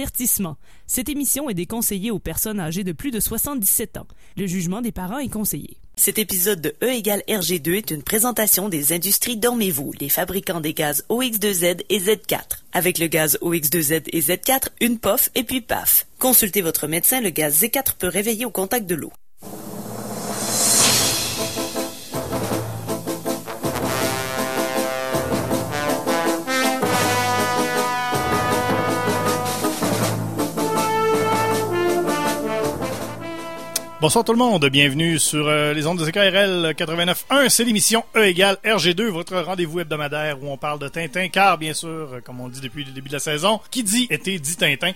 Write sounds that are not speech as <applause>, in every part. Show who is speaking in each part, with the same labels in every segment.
Speaker 1: Avertissement. Cette émission est déconseillée aux personnes âgées de plus de 77 ans. Le jugement des parents est conseillé.
Speaker 2: Cet épisode de E égale RG2 est une présentation des industries Dormez-vous, les fabricants des gaz OX2Z et Z4. Avec le gaz OX2Z et Z4, une pof et puis paf. Consultez votre médecin, le gaz Z4 peut réveiller au contact de l'eau.
Speaker 3: Bonsoir tout le monde, bienvenue sur euh, les ondes de CKRL 89.1, c'est l'émission E égale RG2, votre rendez-vous hebdomadaire où on parle de Tintin, car bien sûr, euh, comme on le dit depuis le début de la saison, qui dit été dit Tintin.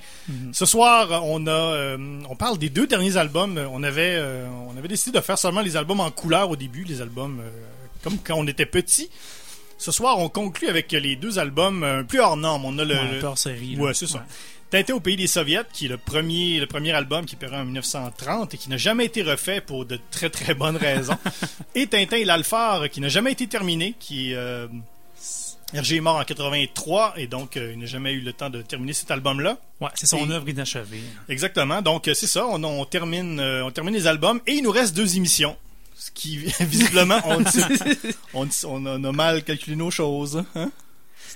Speaker 3: Ce soir, euh, on a, euh, on parle des deux derniers albums, on avait, euh, on avait décidé de faire seulement les albums en couleur au début, les albums euh, comme quand on était petit. Ce soir, on conclut avec les deux albums euh, plus hors normes, on a le...
Speaker 4: Ouais,
Speaker 3: le-
Speaker 4: un peu hors série. là.
Speaker 3: Ouais, c'est ça. Tintin au pays des soviets, qui est le premier, le premier album qui paraît en 1930 et qui n'a jamais été refait pour de très très bonnes
Speaker 5: <laughs>
Speaker 3: raisons. et Tintin et l'Alphare, qui n'a jamais été terminé, qui euh, RG est mort en 83 et donc euh, il n'a jamais eu le temps de terminer cet album-là.
Speaker 4: Ouais, c'est son
Speaker 3: Et-
Speaker 4: œuvre inachevée.
Speaker 3: Exactement. Donc euh, c'est ça, on, on termine, euh, on termine les albums et il nous reste deux émissions. Ce qui <laughs> visiblement on, ne sait- on ne sait- on a- on a mal calculé nos choses. hein.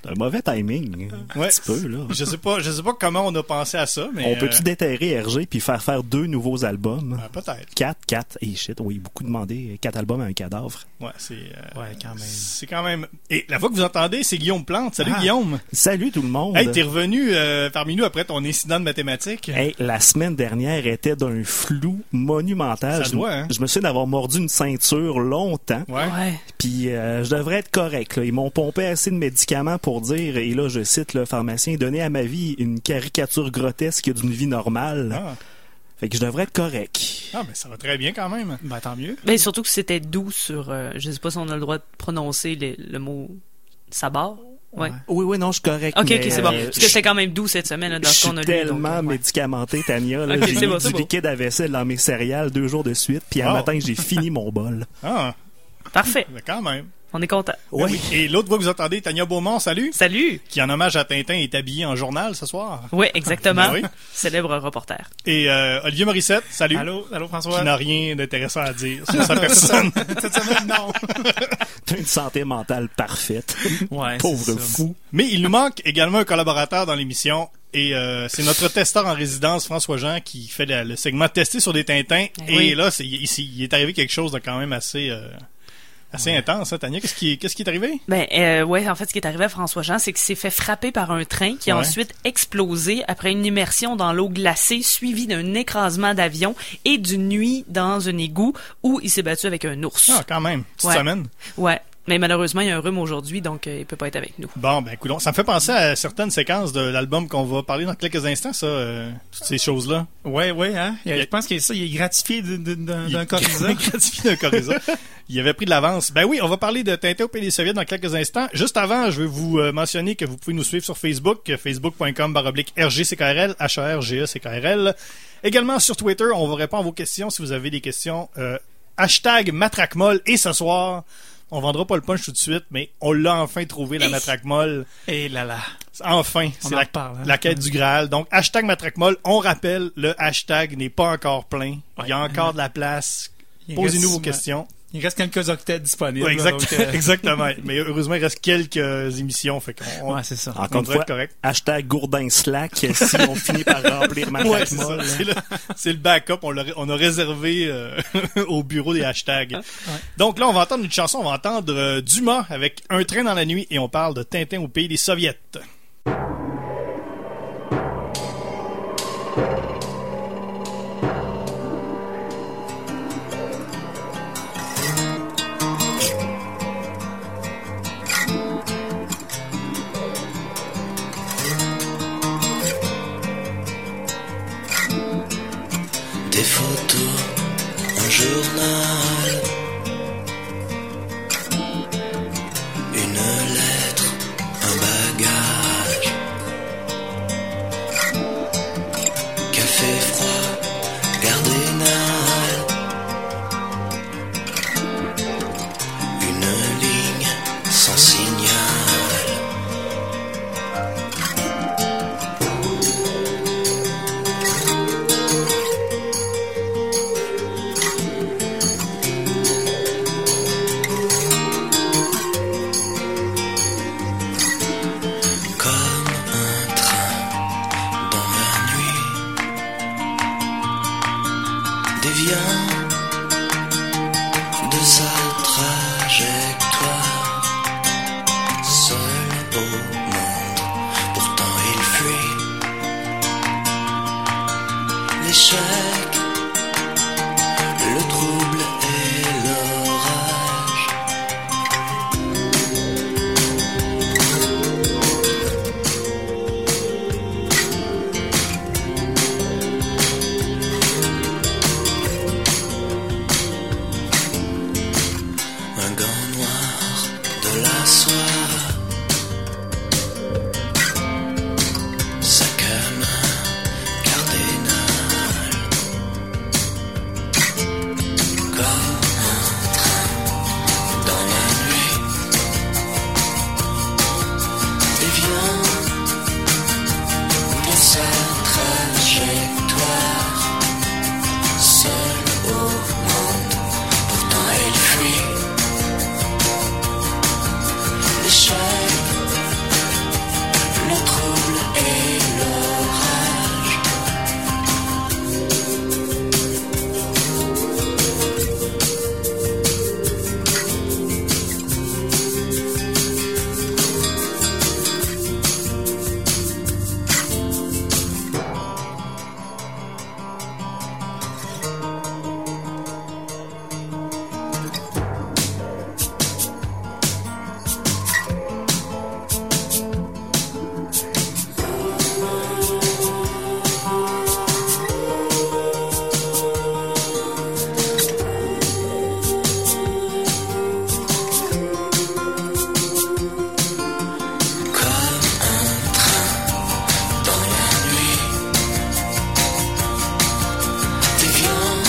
Speaker 5: C'est un mauvais timing.
Speaker 3: Ouais.
Speaker 5: Un petit peu, là.
Speaker 3: Je sais pas, je sais pas comment on a pensé à ça, mais
Speaker 5: On
Speaker 3: euh,
Speaker 5: peut-tu déterrer RG puis faire faire deux nouveaux albums?
Speaker 3: ah, peut-être.
Speaker 5: 4, 4, et shit, oui, beaucoup demandé. 4 albums à un cadavre.
Speaker 3: Ouais, c'est. euh,
Speaker 4: Ouais, quand même.
Speaker 3: C'est quand même. Et la voix que vous entendez, c'est Guillaume Plante. Salut
Speaker 5: Ah. Oh,
Speaker 3: Guillaume.
Speaker 5: Salut tout le monde!
Speaker 3: Hey, t'es revenu euh, parmi nous après ton incident de mathématiques.
Speaker 5: Hey, la semaine dernière était d'un flou
Speaker 3: Ça
Speaker 5: monumental. je,
Speaker 3: doit, hein?
Speaker 5: je me souviens d'avoir mordu une ceinture longtemps,
Speaker 3: Ouais.
Speaker 5: puis euh, je devrais être correct. là. Ils m'ont pompé assez de médicaments pour dire, et là je cite le pharmacien, donner à ma vie une caricature grotesque d'une vie normale.
Speaker 3: Ah.
Speaker 5: Fait que je devrais être correct.
Speaker 3: Ah, mais ça va très bien quand même.
Speaker 4: Ben, tant mieux.
Speaker 6: Ben, surtout que c'était doux sur. euh, je sais pas si on a le droit de prononcer le, le mot sabar. Ouais.
Speaker 5: Oui, oui, non, je suis correct.
Speaker 6: Ok, ok,
Speaker 5: mais,
Speaker 6: c'est bon.
Speaker 5: euh,
Speaker 6: Parce
Speaker 5: je-
Speaker 6: que c'était quand même doux cette semaine là, dans
Speaker 5: Je
Speaker 6: ce
Speaker 5: suis
Speaker 6: qu'on a lu. donc,
Speaker 5: tellement
Speaker 6: ouais.
Speaker 5: médicamenté, Tania. Là,
Speaker 6: Ok,
Speaker 5: j'ai
Speaker 6: c'est bon,
Speaker 5: mis
Speaker 6: c'est
Speaker 5: du
Speaker 6: bon.
Speaker 5: liquide à vaisselle dans mes céréales deux jours de suite, puis un
Speaker 3: Oh.
Speaker 5: matin, j'ai fini mon bol.
Speaker 3: Ah,
Speaker 6: Parfait.
Speaker 3: mais quand même. Ben
Speaker 6: On est content.
Speaker 5: Ouais.
Speaker 3: <laughs> Oui. Et l'autre voix que vous entendez, Tania Beaumont, salut.
Speaker 6: Salut.
Speaker 3: Qui en hommage à Tintin est habillée en journal ce soir.
Speaker 6: Ouais, exactement.
Speaker 3: Ah oui.
Speaker 6: Célèbre reporter.
Speaker 3: Et euh, Olivier Morissette, salut.
Speaker 4: Allô, allô
Speaker 3: Qui
Speaker 4: François.
Speaker 3: n'a rien d'intéressant à dire sur sa personne.
Speaker 4: Cette semaine, non.
Speaker 5: <laughs> T'as une santé mentale parfaite.
Speaker 4: Ouais,
Speaker 5: Pauvre
Speaker 4: c'est ça.
Speaker 5: fou.
Speaker 3: Mais il nous manque également un collaborateur dans l'émission. Et euh, c'est notre testeur en résidence, François Jean, qui fait la- le segment testé sur des Tintins.
Speaker 6: Eh
Speaker 3: et
Speaker 6: oui.
Speaker 3: là, c'est- il, c'est- il est arrivé quelque chose de quand même assez, euh, assez intense, hein, Tania. Qu'est-ce qui, qu'est-ce qui est arrivé?
Speaker 6: Ben, euh, ouais, en fait, ce qui est arrivé à François Jean, c'est qu'il s'est fait frapper par un train qui a
Speaker 3: Ouais.
Speaker 6: ensuite explosé après une immersion dans l'eau glacée suivie d'un écrasement d'avion et d'une nuit dans un égout où il s'est battu avec un ours.
Speaker 3: Ah, quand même. Petite
Speaker 6: Ouais.
Speaker 3: semaine.
Speaker 6: Ouais. Mais malheureusement, il y a un rhume aujourd'hui, donc euh, il peut pas être avec nous.
Speaker 3: Bon, ben, coulons. Ça me fait penser à certaines séquences de l'album qu'on va parler dans quelques instants, ça, euh, toutes ces choses-là.
Speaker 4: Ouais, ouais, hein. Il-
Speaker 3: Il-
Speaker 4: Je pense que ça, il est gratifié d- d- d'un
Speaker 3: Il- <laughs>
Speaker 4: d'un corisant.
Speaker 3: gratifié d'un corisant. Il avait pris de l'avance. Ben oui, on va parler de Tintin au pays des Soviets dans quelques instants. Juste avant, je veux vous euh, mentionner que vous pouvez nous suivre sur Facebook, euh, facebook.com baroblique RGCKRL, E H-A-R-G-E-C-K-R-L. Également sur Twitter, on va répondre à vos questions si vous avez des questions. euh, hashtag matraquemolle et ce soir, on vendra pas le punch tout de suite, mais on l'a enfin trouvé, la
Speaker 6: Hey.
Speaker 3: matraquemolle.
Speaker 4: Et là là.
Speaker 3: Enfin,
Speaker 4: On
Speaker 3: c'est
Speaker 4: en
Speaker 3: la,
Speaker 4: reparle, hein.
Speaker 3: la quête du Graal. Donc, hashtag matraquemolle. On rappelle, le hashtag n'est pas encore plein. Il y a
Speaker 4: Ouais.
Speaker 3: encore de la place.
Speaker 4: Il
Speaker 3: Posez-nous
Speaker 4: reste-
Speaker 3: vos questions.
Speaker 4: Il reste quelques octets disponibles.
Speaker 3: Ouais, exact-
Speaker 4: donc, euh,
Speaker 3: <laughs> Exactement. Mais heureusement, il reste quelques émissions. Fait qu'on on-
Speaker 4: Ouais, c'est ça.
Speaker 3: on
Speaker 5: Encore une
Speaker 3: devrait
Speaker 5: fois,
Speaker 3: être correct.
Speaker 5: hashtag gourdin slack <laughs> si on finit par remplir ma
Speaker 3: <laughs> Ouais,
Speaker 5: carte
Speaker 3: c'est ça.
Speaker 5: molle.
Speaker 3: C'est le,
Speaker 4: hein.
Speaker 3: c'est le backup. On, l'a- on a réservé euh, <laughs> au bureau des hashtags. Donc là, on va entendre une chanson. On va entendre euh, Dumas avec Un train dans la nuit et on parle de Tintin au pays des soviets.
Speaker 7: des photos, un journal, une lettre, un bagage, café froid, cardinal, une ligne sans signal. souvient de sa trajectoire. Seul au monde, pourtant il fuit l'échec, le trouble et l'orage. un gant noir de la soie. Sac à main cardinal. Comme un train dans la nuit. Déviant de sa trajectoire. Seul au monde, pourtant elle fuit l'échec, le trouble et l'orage. Comme un train dans la nuit, déviant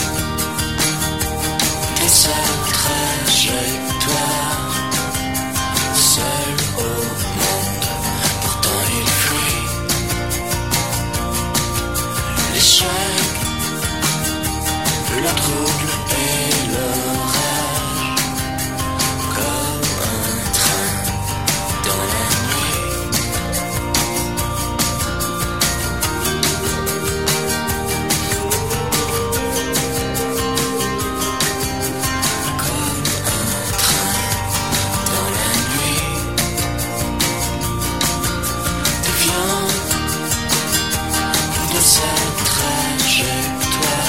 Speaker 7: de sa trajectoire, seul au monde, pourtant il fuit l'échec, le trouble et l'orage, comme un train dans la nuit. Dans la nuit, déviant de sa trajectoire.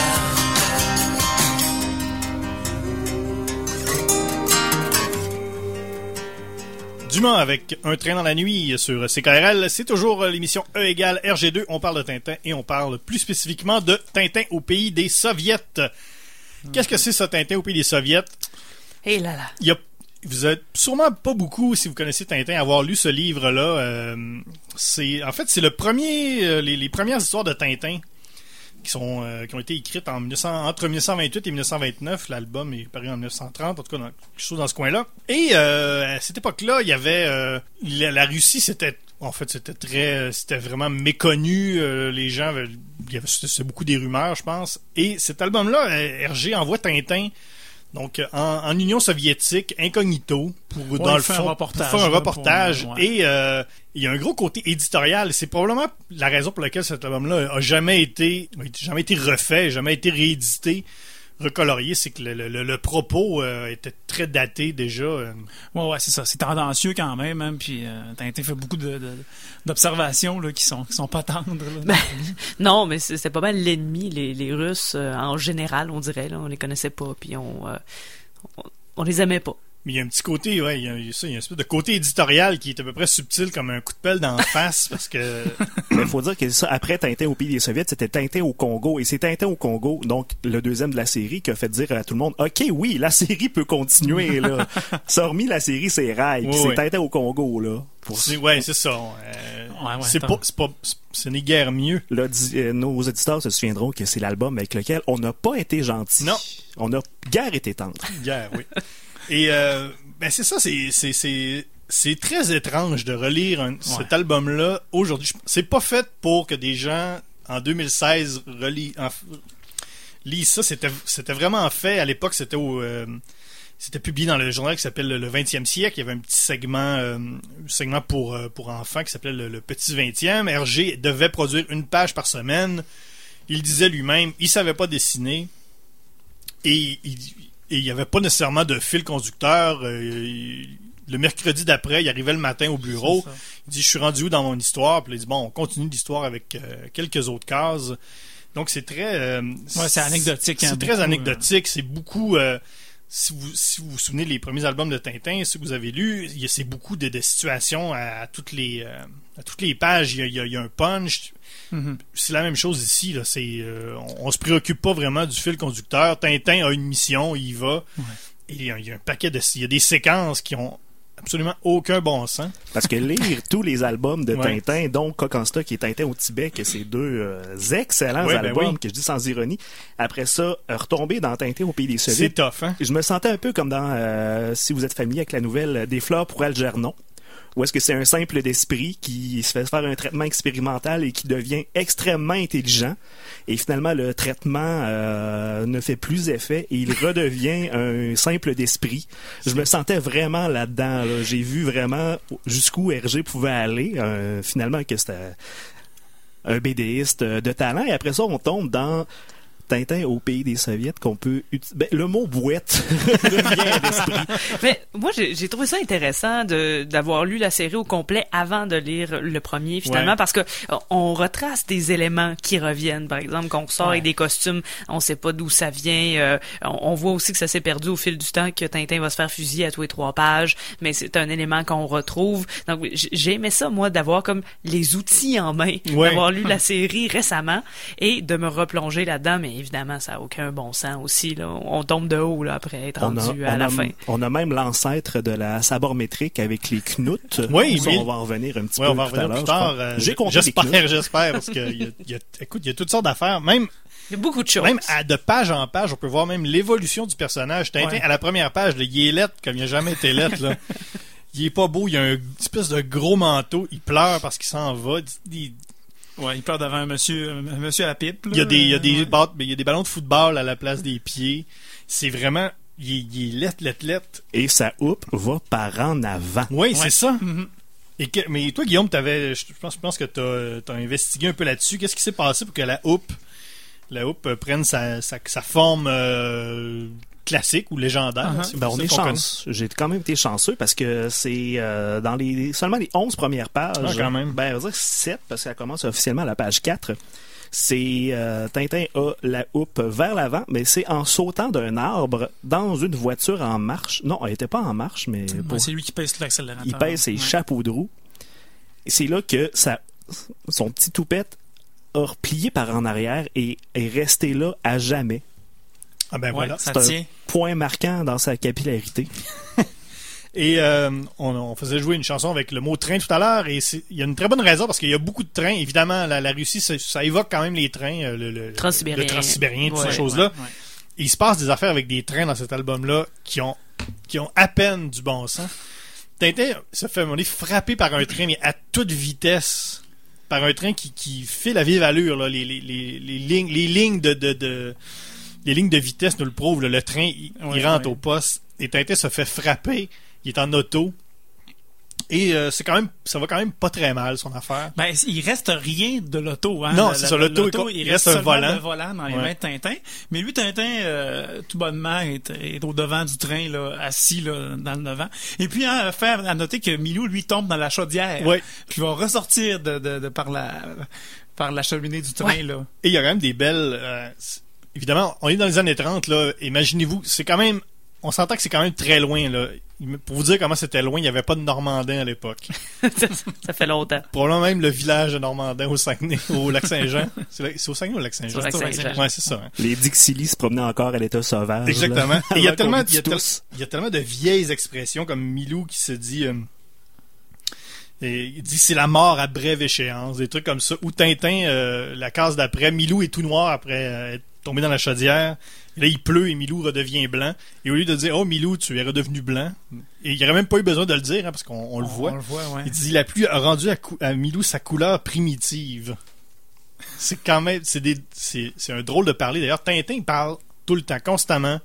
Speaker 3: Dumas avec Un train dans la nuit sur CKRL. C'est toujours l'émission E égale RG2. On parle de Tintin et on parle plus spécifiquement de Tintin au pays des Soviets. Qu'est-ce que c'est ça, Tintin au pays des Soviets?
Speaker 6: Et Eh là là.
Speaker 3: Il y a- vous êtes sûrement pas beaucoup, si vous connaissez Tintin, à avoir lu ce livre-là. Euh, c'est, en fait, c'est le premier, euh, les, les premières histoires de Tintin qui sont, euh, qui ont été écrites en 1900 entre 1928 et 1929. L'album est paru en 1930, en tout cas dans, quelque chose dans ce coin-là. Et euh, à cette époque-là, il y avait euh, la, la Russie, c'était en fait, c'était très, euh, c'était vraiment méconnu. euh, les gens, avaient- il y avait c'était- c'était beaucoup des rumeurs, je pense. Et cet album-là, euh, Hergé envoie Tintin donc, euh, en, en Union soviétique, incognito, pour, dans
Speaker 4: il
Speaker 3: le
Speaker 4: fait un
Speaker 3: fond,
Speaker 4: reportage,
Speaker 3: pour faire un
Speaker 4: là,
Speaker 3: reportage.
Speaker 4: pour- ouais.
Speaker 3: Et euh, il y a un gros côté éditorial. C'est probablement la raison pour laquelle cet album-là a jamais été, a été- jamais été refait, jamais été réédité, recolorié. C'est que le, le- le- le propos euh, était très daté déjà. euh.
Speaker 4: Ouais, ouais, c'est ça. C'est tendancieux quand même, hein, puis euh, Tintin fait beaucoup de- de- d'observations là, qui sont qui sont pas tendres. là.
Speaker 6: Ben, <laughs> non, mais c'est- c'était pas mal l'ennemi, les, les Russes, euh, en général, on dirait. Là, on les connaissait pas, puis on, euh, on, on les aimait pas.
Speaker 3: Mais il y a un petit côté, ouais, il y a, il y a ça, il y a une espèce de côté éditorial qui est à peu près subtil comme un coup de pelle d'en <laughs> face parce que
Speaker 5: Il faut dire que ça, après Tintin au pays des Soviets, c'était Tintin au Congo. Et c'est Tintin au Congo, donc le deuxième de la série, qui a fait dire à tout le monde, OK, oui, la série peut
Speaker 3: <laughs>
Speaker 5: continuer, là. ça a remis la série ses rails. Puis
Speaker 3: Oui,
Speaker 5: c'est
Speaker 3: oui.
Speaker 5: Tintin au Congo, là. Pour
Speaker 3: c'est, ouais, c'est ça. euh,
Speaker 4: Ouais, ouais,
Speaker 3: c'est
Speaker 4: t'as-
Speaker 3: pas, c'est pas, c'est- ce n'est guère mieux.
Speaker 5: Là, dis- euh, nos auditeurs se souviendront que c'est l'album avec lequel on n'a pas été gentil.
Speaker 3: Non.
Speaker 5: On a guère été tendre.
Speaker 3: Hier, oui. Et euh, ben c'est ça, c'est c'est- c'est c'est très étrange de relire un- cet album-là aujourd'hui. Je- C'est pas fait pour que des gens en 2016 relient en- lisent ça. C'était c'était vraiment fait à l'époque. C'était au euh, c'était publié dans le journal qui s'appelle le 20e siècle. Il y avait un petit segment, euh, un segment pour, euh, pour enfants qui s'appelait le, le Petit 20e. Hergé devait produire une page par semaine. Il disait lui-même, il savait pas dessiner. et il et il n'y avait pas nécessairement de fil conducteur. euh, il- le mercredi d'après, il arrivait le matin au bureau.
Speaker 4: C'est ça.
Speaker 3: Il dit Je suis rendu où dans mon histoire Puis là, il dit Bon, on continue l'histoire avec euh, quelques autres cases. Donc c'est très. euh,
Speaker 4: c'est anecdotique, hein,
Speaker 3: c'est
Speaker 4: beaucoup,
Speaker 3: très anecdotique. C'est beaucoup. euh, si vous, si vous vous souvenez les premiers albums de Tintin, ceux que vous avez lus, il y a- c'est beaucoup de, de situations à, toutes les euh, à toutes les pages. Il y a, il y a- il y a un punch.
Speaker 4: Mhm.
Speaker 3: C'est la même chose ici. Là. C'est, euh, on, on se préoccupe pas vraiment du fil conducteur. Tintin a une mission, il y va.
Speaker 4: Ouais.
Speaker 3: Et il y, a, il y a un paquet de, il y a des séquences qui ont absolument aucun bon sens.
Speaker 5: Parce que lire tous les albums de
Speaker 3: Ouais.
Speaker 5: Tintin, dont Coq en stock et Tintin au Tibet, que c'est deux euh, excellents
Speaker 3: Ouais, ben
Speaker 5: albums,
Speaker 3: oui.
Speaker 5: que je dis sans ironie, après ça, euh, retomber dans Tintin au Pays des
Speaker 3: C'est
Speaker 5: Soviets,
Speaker 3: tough, hein?
Speaker 5: je me sentais un peu comme dans, euh, si vous êtes familier avec la nouvelle euh, Des fleurs pour Algernon, où est-ce que c'est un simple d'esprit qui se fait faire un traitement expérimental et qui devient extrêmement intelligent, et finalement le traitement euh, ne fait plus effet et il redevient <laughs> un simple d'esprit. Je me sentais vraiment là-dedans. là. J'ai vu vraiment jusqu'où Hergé pouvait aller, euh, finalement que c'était un BDiste euh, de talent, et après ça on tombe dans... Tintin au pays des soviets qu'on peut uti- ben, le mot bouette revient à l'esprit.
Speaker 6: Mais moi, j'ai j'ai trouvé ça intéressant de d'avoir lu la série au complet avant de lire le premier, finalement,
Speaker 3: Ouais.
Speaker 6: parce que euh, on retrace des éléments qui reviennent. Par exemple, qu'on sort avec des costumes, on sait pas d'où ça vient. euh, on, on voit aussi que ça s'est perdu au fil du temps, que Tintin va se faire fusiller à tous les trois pages, mais c'est un élément qu'on retrouve. Donc, j- j'ai aimé ça, moi, d'avoir comme les outils en main,
Speaker 3: Ouais.
Speaker 6: d'avoir lu la
Speaker 5: <laughs>
Speaker 6: série récemment et de me replonger là-dedans. Mais évidemment, ça a aucun bon sens aussi. Là. On tombe de haut là, après être
Speaker 5: On a,
Speaker 6: rendu à
Speaker 5: on
Speaker 6: la
Speaker 5: a-
Speaker 6: fin.
Speaker 5: on a même l'ancêtre de la sabormétrique avec les knuts.
Speaker 3: <laughs> Oui,
Speaker 5: Ça,
Speaker 3: mais-
Speaker 5: on va en revenir un petit
Speaker 3: Ouais,
Speaker 5: peu
Speaker 3: on va en
Speaker 5: tout à
Speaker 3: revenir plus tard.
Speaker 5: l'heure, je
Speaker 3: euh,
Speaker 5: pense. J'ai compté les
Speaker 3: J'espère,
Speaker 5: knuts.
Speaker 3: j'espère, parce que il y a- il y a, écoute, il y a toutes sortes d'affaires. Même
Speaker 6: Il y a beaucoup de choses.
Speaker 3: Même à, de page en page, on peut voir même l'évolution du personnage. Tintin,
Speaker 4: Ouais.
Speaker 3: à la première page, là, il est lettre comme il n'a jamais été lettre.
Speaker 5: <laughs>
Speaker 3: Là. il est pas beau, il a un- une espèce de gros manteau, il pleure parce qu'il s'en va. Il,
Speaker 4: Ouais, il pleure devant un monsieur, un monsieur à pipe. là.
Speaker 3: il y a des, il y a des,
Speaker 4: Ouais.
Speaker 3: battes- mais il y a des ballons de football à la place des pieds. C'est vraiment... Il, est- il est lettre, lettre, lettre.
Speaker 5: Et sa houppe va par en avant.
Speaker 3: Oui, c'est ça.
Speaker 4: Mhm.
Speaker 3: Et que- mais toi, Guillaume, t'avais, je pense, je pense que tu as, investigué un peu là-dessus. Qu'est-ce qui s'est passé pour que la houppe, la houppe euh, prenne sa, sa, sa forme euh, classique ou légendaire?
Speaker 4: Uh-huh.
Speaker 3: si
Speaker 5: Ben,
Speaker 3: vous
Speaker 5: on
Speaker 3: voulez,
Speaker 5: est
Speaker 3: qu'on
Speaker 5: chanceux. J'ai quand même été chanceux parce que c'est euh, dans les seulement les 11 premières pages.
Speaker 3: Ah, quand même.
Speaker 5: Ben, on va dire 7 parce qu'elle commence officiellement à la page 4. C'est euh, Tintin a la houppe vers l'avant, mais c'est en sautant d'un arbre dans une voiture en marche. Non, elle était pas en marche, mais
Speaker 4: Ouais,
Speaker 5: pour-
Speaker 4: c'est lui qui pèse sur l'accélérateur.
Speaker 5: il pèse ses
Speaker 4: Ouais.
Speaker 5: chapeaux de roue. Et c'est là que sa, son petit toupette a replié par en arrière et est resté là à jamais.
Speaker 3: Ah ben
Speaker 4: Ouais,
Speaker 3: voilà.
Speaker 4: ça
Speaker 5: C'est un-
Speaker 4: tient.
Speaker 5: Point marquant dans sa capillarité.
Speaker 3: Et euh, on, on faisait jouer une chanson avec le mot train tout à l'heure et c'est- il y a une très bonne raison parce qu'il y a beaucoup de trains. Évidemment, la, la Russie, ça, ça évoque quand même les trains, euh, le, le
Speaker 6: Transsibérien.
Speaker 3: le transsibérien, toutes
Speaker 6: Ouais,
Speaker 3: ces choses-là.
Speaker 4: Ouais, ouais.
Speaker 3: Et il se passe des affaires avec des trains dans cet album-là qui ont, qui ont à peine du bon sens. Tintin se fait, on est frappé par un train, mais à toute vitesse. Par un train qui, qui file à vive allure, là. Les, les, les, les lignes, les lignes de, de, de- les lignes de vitesse nous le prouvent, là. Le train, il, il
Speaker 4: Ouais,
Speaker 3: rentre
Speaker 4: ouais.
Speaker 3: au poste. Et Tintin se fait frapper. Il est en auto. Et, euh, c'est quand même, ça va quand même pas très mal, son affaire.
Speaker 4: Ben, il reste rien de l'auto. Hein.
Speaker 3: Non,
Speaker 4: La-
Speaker 3: c'est
Speaker 4: la-
Speaker 3: ça, l'auto, il- il reste un
Speaker 4: seulement
Speaker 3: volant.
Speaker 4: Le volant dans les
Speaker 3: Ouais.
Speaker 4: mains de Tintin. Mais lui, Tintin, euh, tout bonnement, est, est au devant du train, là, assis là, dans le devant. Et puis, hein, faire à noter que Milou, lui, tombe dans la chaudière.
Speaker 3: Ouais.
Speaker 4: Puis va ressortir de, de, de par la par la cheminée du train. Là.
Speaker 3: Et il y a quand même des belles. euh, c- évidemment, on est dans les années 30, là. Imaginez-vous, c'est quand même. On s'entend que c'est quand même très loin, là. Il- Pour vous dire comment c'était loin, il n'y avait pas de Normandin à l'époque.
Speaker 6: <laughs> ça, ça fait longtemps.
Speaker 3: Probablement même le village de Normandin au Saguenay, au Lac-Saint-Jean. C'est la- c'est au Saguenay ou au
Speaker 6: C'est
Speaker 3: Lac-Saint-Jean?
Speaker 6: vrai que
Speaker 4: reste
Speaker 6: ça
Speaker 4: au
Speaker 6: exagère.
Speaker 3: Ouais, c'est ça. hein.
Speaker 5: Les Dixili se promenaient encore à l'état sauvage. là.
Speaker 3: Exactement. Et il y
Speaker 5: <laughs>
Speaker 3: a
Speaker 5: Alors
Speaker 3: tellement,
Speaker 5: qu'on dit
Speaker 3: il y a tel-
Speaker 5: tous.
Speaker 3: il y a tellement de vieilles expressions comme Milou qui se dit. euh, et il dit c'est la mort à brève échéance, des trucs comme ça. Ou Tintin, euh, la case d'après, Milou est tout noir après euh, être tombé dans la chaudière. Et là, il pleut et Milou redevient blanc. Et au lieu de dire Oh Milou, tu es redevenu blanc, et il n'y aurait même pas eu besoin de le dire hein, parce qu'on on le voit.
Speaker 4: On le voit, ouais.
Speaker 3: Il dit la pluie a rendu à, cou- à Milou sa couleur primitive. C'est quand même c'est des c'est c'est un drôle de parler d'ailleurs Tintin il parle tout le temps constamment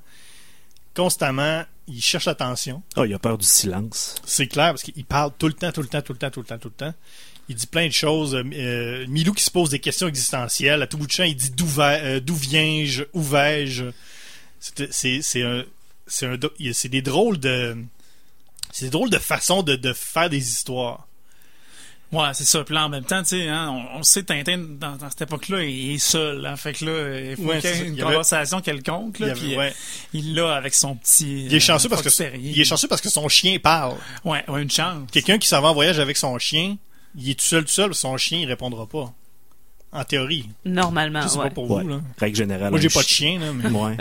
Speaker 3: constamment il cherche l'attention.
Speaker 5: Oh, il a peur du silence.
Speaker 3: C'est clair parce qu'il parle tout le temps tout le temps tout le temps tout le temps tout le temps. Il dit plein de choses Euh, euh, Milou qui se pose des questions existentielles à tout bout de champ il dit d'où va- euh, d'où viens-je où vais-je C'est- C'est c'est un, c'est un, dr- il y a- c'est des drôles de, c'est des drôles de façons de, de faire des histoires.
Speaker 4: Ouais, c'est ça. Puis là, en même temps, tu sais, hein, on, on sait Tintin, dans, dans cette époque-là, il est seul. hein. fait que là, il faut
Speaker 3: Ouais,
Speaker 4: qu'il y
Speaker 3: c'est ça.
Speaker 4: ait une
Speaker 3: Il y avait-
Speaker 4: conversation quelconque.
Speaker 3: Il
Speaker 4: Là,
Speaker 3: y avait-
Speaker 4: puis, euh,
Speaker 3: ouais.
Speaker 4: Il l'a avec son petit.
Speaker 3: Il est chanceux
Speaker 4: euh,
Speaker 3: parce que,
Speaker 4: Fox Terrier.
Speaker 3: il est chanceux parce que son chien parle.
Speaker 4: Ouais, ouais, une chance.
Speaker 3: Quelqu'un qui s'en va en voyage avec son chien, il est tout seul, tout seul, son chien, il répondra pas. En théorie.
Speaker 6: Normalement,
Speaker 3: Ça, c'est
Speaker 6: Ah, ouais.
Speaker 3: pas pour
Speaker 5: Ouais. Ah, ben,
Speaker 3: vous, là.
Speaker 5: Règle générale.
Speaker 3: Moi,
Speaker 5: un
Speaker 3: j'ai pas de
Speaker 5: chi-
Speaker 3: chien, là,
Speaker 5: <laughs>
Speaker 3: mais.
Speaker 5: Ouais.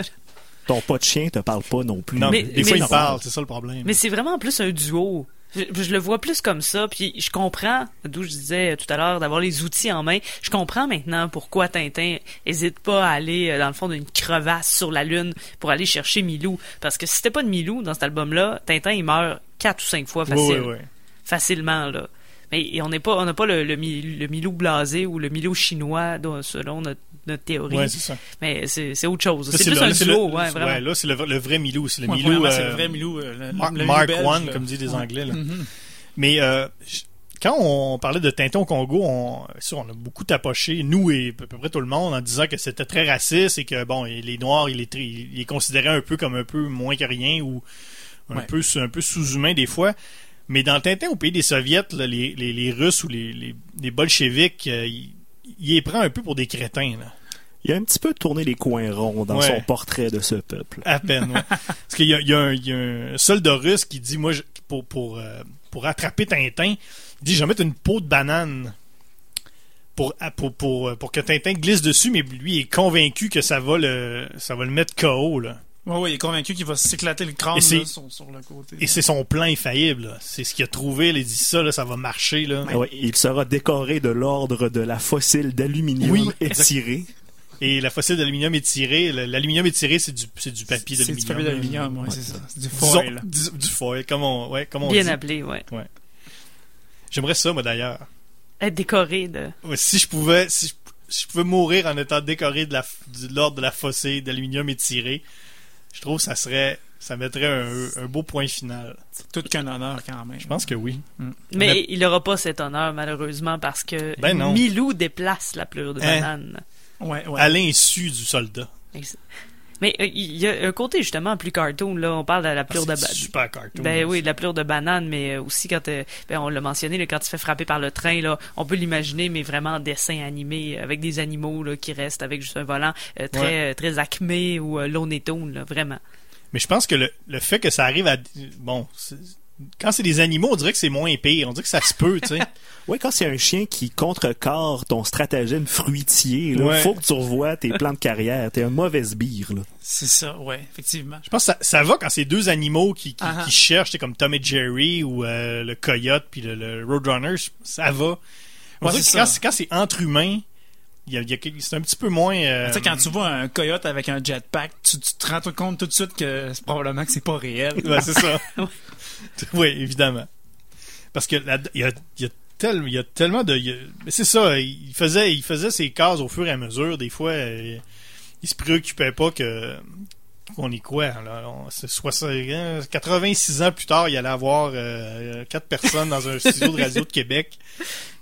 Speaker 5: Ton pas de chien te parle pas non plus.
Speaker 3: Non,
Speaker 6: Mais-
Speaker 3: des fois,
Speaker 6: mais-
Speaker 3: il parle, c'est ça le problème.
Speaker 6: Mais c'est vraiment plus un duo. Je, je le vois plus comme ça, puis je comprends, d'où je disais tout à l'heure, d'avoir les outils en main. Je comprends maintenant pourquoi Tintin hésite pas à aller euh, dans le fond d'une crevasse sur la lune pour aller chercher Milou, parce que si c'était pas de Milou dans cet album-là, Tintin il meurt quatre ou cinq fois
Speaker 3: Oui,
Speaker 6: facile,
Speaker 3: oui, oui.
Speaker 6: facilement là. Mais et on n'est pas, on n'a pas le, le, Mi- le Milou blasé ou le Milou chinois dont- selon notre, notre théorie.
Speaker 3: Ouais, c'est ça.
Speaker 6: Mais c'est c'est autre chose.
Speaker 3: Là,
Speaker 6: C'est plus
Speaker 3: le-
Speaker 6: un
Speaker 3: là, c'est
Speaker 6: duo,
Speaker 3: le-
Speaker 6: ouais, vraiment.
Speaker 3: là, c'est le, le vrai Milou. C'est le
Speaker 4: Ouais,
Speaker 3: Milou.
Speaker 4: vraiment, c'est le
Speaker 3: euh,
Speaker 4: vrai Milou. euh, le-
Speaker 3: Mark,
Speaker 4: le Milou
Speaker 3: Mark
Speaker 4: belge,
Speaker 3: One,
Speaker 4: là.
Speaker 3: comme disent les
Speaker 4: Ouais.
Speaker 3: Anglais. là.
Speaker 4: Mhm.
Speaker 3: Mais euh, je- quand on parlait de Tintin au Congo, on, ça, on a beaucoup tapoché, nous et à peu près tout le monde, en disant que c'était très raciste et que bon, et les Noirs, il est, très- il est considéré un peu comme un peu moins que rien ou un
Speaker 4: Ouais.
Speaker 3: peu, sous- un peu sous-humain des fois. Mais dans Tintin au pays des Soviets, là, les, les- les Russes ou les, les, les bolcheviks, euh, il, il les prend un peu pour des crétins. Là.
Speaker 5: Il a un petit peu tourné les coins ronds dans
Speaker 3: Ouais.
Speaker 5: son portrait de ce peuple.
Speaker 3: À peine, ouais. Parce qu'il y a, il y a un, il y a un soldat russe qui dit, moi, je- pour, pour, euh, pour attraper Tintin, il dit, je vais mettre une peau de banane pour, à- pour, pour, euh, pour que Tintin glisse dessus, mais lui est convaincu que ça va le, ça va le mettre KO, là.
Speaker 4: Ouais, ouais, il est convaincu qu'il va s'éclater le crâne
Speaker 3: Et c'est-
Speaker 4: là, sur, sur le côté.
Speaker 3: Et c'est son plan infaillible, là. C'est ce qu'il a trouvé, là, il dit ça, là, ça va marcher, là.
Speaker 5: Ah ouais, il sera décoré de l'ordre de la fossile d'aluminium
Speaker 3: Oui,
Speaker 5: étirée.
Speaker 3: Et la fossile d'aluminium est tirée, le- l'aluminium est tiré, c'est du, c'est du papier
Speaker 4: C'est
Speaker 3: d'aluminium.
Speaker 4: du papier d'aluminium, ouais,
Speaker 5: Ouais.
Speaker 4: c'est ça. C'est du
Speaker 3: Disons-
Speaker 4: foil.
Speaker 3: dis- du foil, comme on, ouais, comme on
Speaker 6: Bien
Speaker 3: dit.
Speaker 6: appelé, ouais.
Speaker 3: J'aimerais ça, moi, d'ailleurs.
Speaker 6: Être décoré de.
Speaker 3: Ouais, si je pouvais si je, si je pouvais mourir en étant décoré de la f- de l'ordre de la fossée d'aluminium étiré, je trouve que ça serait ça mettrait un, un beau point final.
Speaker 4: C'est tout qu'un honneur quand même.
Speaker 3: Je pense que oui.
Speaker 6: Mais
Speaker 3: Mais-
Speaker 6: il n'aura pas cet honneur, malheureusement, parce que
Speaker 3: Ben non.
Speaker 6: Milou déplace la pleure de
Speaker 3: Hein?
Speaker 6: banane.
Speaker 4: Ouais, ouais.
Speaker 3: À l'insu du soldat.
Speaker 6: Mais euh, il y a un côté, justement, plus cartoon, là. On parle de la pleure Ah, de
Speaker 3: C'est
Speaker 6: banane.
Speaker 3: super cartoon.
Speaker 6: Ben oui, de la pleure de banane, mais euh, aussi quand euh, ben, on l'a mentionné, là, quand il se fait frapper par le train, là, on peut l'imaginer, mais vraiment en dessin animé, avec des animaux là, qui restent avec juste un volant euh, très euh, très acmé ou euh, Looney Tunes, là, vraiment.
Speaker 3: Mais je pense que le, le fait que ça arrive à bon, c'est- quand c'est des animaux, on dirait que c'est moins pire. On dirait que ça se peut,
Speaker 6: <laughs>
Speaker 3: tu sais.
Speaker 5: Oui, quand c'est un chien qui contrecarre ton stratagème fruitier, là,
Speaker 3: Ouais.
Speaker 5: faut que tu revoies tes plans de carrière. T'es un mauvais sbire. Là.
Speaker 4: C'est ça, ouais, effectivement.
Speaker 3: Je pense que ça, ça va quand c'est deux animaux qui, qui,
Speaker 4: Ah ah.
Speaker 3: qui cherchent, c'est comme Tom et Jerry ou euh, le coyote puis le, le Roadrunner, je- ça va. On
Speaker 4: Ouais,
Speaker 3: dirait
Speaker 4: c'est
Speaker 3: que quand
Speaker 4: ça.
Speaker 3: c'est- quand c'est entre humains, il y a- il y a quelque- c'est un petit peu moins. euh,
Speaker 4: Tu sais, quand tu vois un coyote avec un jetpack, tu, tu te rends tout compte tout de suite que c'est probablement que c'est pas réel.
Speaker 3: <laughs> Ouais, c'est ça. oui, évidemment. Parce que là- il y a, il y a tel- il y a tellement de. il y a- mais c'est ça, il faisait, il faisait ses cases au fur et à mesure. Des fois, euh, il se préoccupait pas que. qu'on est quoi, là? On- c'est 60 hein, 86 ans plus tard, il allait avoir euh, quatre personnes dans un studio de radio de Québec.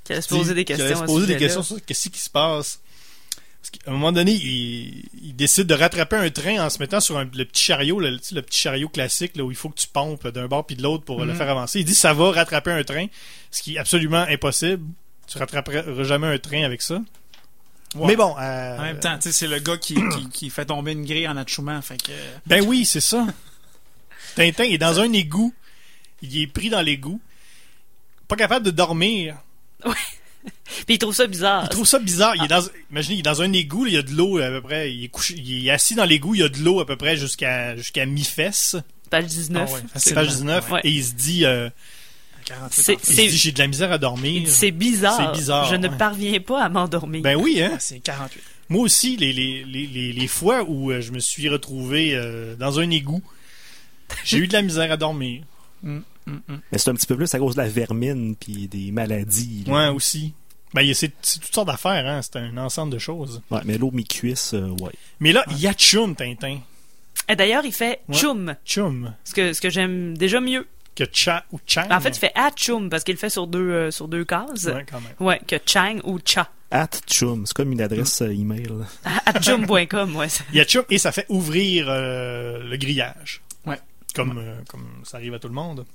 Speaker 6: Qui allait se poser des
Speaker 3: qui
Speaker 6: questions.
Speaker 3: allaient se
Speaker 6: à ce
Speaker 3: poser des
Speaker 6: sujet-là.
Speaker 3: questions sur qu'est-ce qui se passe. Parce qu'à un moment donné, il, il décide de rattraper un train en se mettant sur un- le petit chariot, le, tu sais, le petit chariot classique là, où il faut que tu pompes d'un bord puis de l'autre pour euh, le
Speaker 4: Mhm.
Speaker 3: faire avancer. Il dit ça va rattraper un train, ce qui est absolument impossible. Tu rattraperas jamais un train avec ça.
Speaker 4: Ouais.
Speaker 3: Mais bon, euh,
Speaker 4: En même temps, tu sais, c'est le gars qui, qui, qui fait tomber une grille en achouement, fait que...
Speaker 3: Ben oui, c'est ça. Tintin est dans un égout. Il est pris dans l'égout. Pas capable de dormir.
Speaker 6: Puis il trouve ça bizarre.
Speaker 3: Il trouve ça bizarre. Il est dans, imaginez, il est dans un égout, là, il y a de l'eau à peu près. Il est, couché, il est assis dans l'égout, il y a de l'eau à peu près jusqu'à jusqu'à mi-fesse.
Speaker 6: Page 19.
Speaker 4: Ah ouais,
Speaker 3: C'est
Speaker 4: facilement.
Speaker 3: page 19.
Speaker 6: Ouais.
Speaker 3: Et il se dit, euh,
Speaker 4: 48
Speaker 6: C'est-
Speaker 4: enfants.
Speaker 3: il se dit, j'ai de la misère à dormir.
Speaker 6: C'est bizarre.
Speaker 3: C'est bizarre,
Speaker 6: Je ne
Speaker 3: ouais.
Speaker 6: parviens pas à m'endormir.
Speaker 3: Ben oui, hein.
Speaker 4: Ouais, C'est 48.
Speaker 3: Moi aussi, les, les, les, les, les fois où euh, je me suis retrouvé euh, dans un égout, j'ai eu de la misère à dormir.
Speaker 4: Mm, mm.
Speaker 5: Mais c'est un petit peu plus à cause de la vermine puis des maladies.
Speaker 3: Moi
Speaker 5: là.
Speaker 3: aussi. Ben, il y a- c'est c'est toutes sortes d'affaires, hein. C'est un ensemble de choses.
Speaker 5: Ouais, mais l'eau mi-cuisse, euh, ouais.
Speaker 3: Mais là, il y a Chum, Tintin.
Speaker 6: Et D'ailleurs, il fait
Speaker 3: Ouais.
Speaker 6: tchoum,
Speaker 3: Chum.
Speaker 6: ce que, ce que j'aime déjà mieux.
Speaker 3: Que Cha ou Chang.
Speaker 6: En fait, il fait ah tchoum parce qu'il le fait sur deux, euh, sur deux cases.
Speaker 3: Ouais, quand même.
Speaker 6: Ouais, que Chang ou Cha.
Speaker 5: At Chum, c'est comme une adresse euh, email.
Speaker 6: À
Speaker 3: <laughs>
Speaker 6: jum.com, ouais. ça-
Speaker 3: Il y a Chum et ça fait ouvrir euh, le grillage.
Speaker 4: Ouais.
Speaker 3: Comme, euh, comme ça arrive à tout le monde.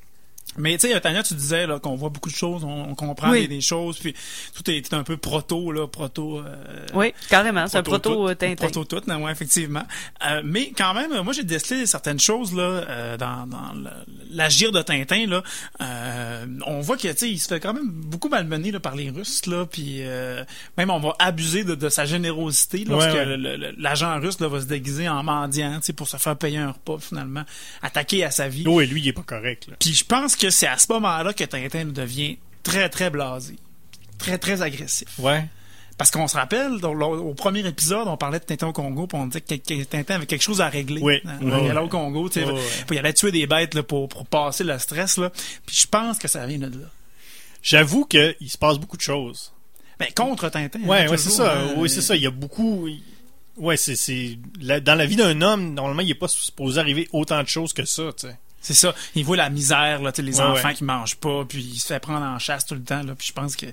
Speaker 4: Mais tu sais, Tania, tu disais là, qu'on voit beaucoup de choses, on, on comprend
Speaker 6: Oui.
Speaker 4: des, des choses, puis tout est, un peu proto, là, proto. euh,
Speaker 6: Oui, carrément. C'est un proto euh,
Speaker 4: tout.
Speaker 6: Tintin.
Speaker 4: Proto tout, non, ouais, effectivement. Euh, mais quand même, euh, moi j'ai décelé certaines choses là euh, dans, dans le- l'agir de Tintin là. Euh, on voit que tu sais, il se fait quand même beaucoup malmener là, par les Russes là, puis euh, même on va abuser de, de sa générosité lorsque
Speaker 3: Ouais, ouais.
Speaker 4: le- le- le- l'agent russe là, va se déguiser en mendiant, tu sais, pour se faire payer un repas finalement, attaqué à sa vie.
Speaker 3: Oh, et lui, il est pas correct. Là.
Speaker 4: Puis je pense que c'est à ce moment-là que Tintin devient très très blasé, très très agressif.
Speaker 3: Ouais.
Speaker 4: Parce qu'on se rappelle, dans l'au- au premier épisode, on parlait de Tintin au Congo, puis on disait que que Tintin avait quelque chose à régler.
Speaker 3: Oui.
Speaker 4: Hein,
Speaker 3: Oui,
Speaker 4: Il
Speaker 3: oui.
Speaker 4: allait au Congo, tu sais,
Speaker 3: Oui, oui.
Speaker 4: puis il allait tuer des bêtes là, pour, pour passer le stress. Là. Puis je pense que ça vient de là.
Speaker 3: J'avoue qu'il se passe beaucoup de choses.
Speaker 4: Mais contre Tintin. hein,
Speaker 3: Ouais, ouais,
Speaker 4: toujours,
Speaker 3: c'est ça.
Speaker 4: hein.
Speaker 3: Oui, c'est ça. Il y a beaucoup. Ouais, c'est. c'est- la- Dans la vie d'un homme, normalement, il n'est pas supposé arriver autant de choses que ça, tu sais.
Speaker 4: C'est ça. Il voit la misère, là, tu sais, les
Speaker 3: Ouais,
Speaker 4: enfants
Speaker 3: ouais.
Speaker 4: qui mangent pas, puis il se fait prendre en chasse tout le temps. Là, puis je pense que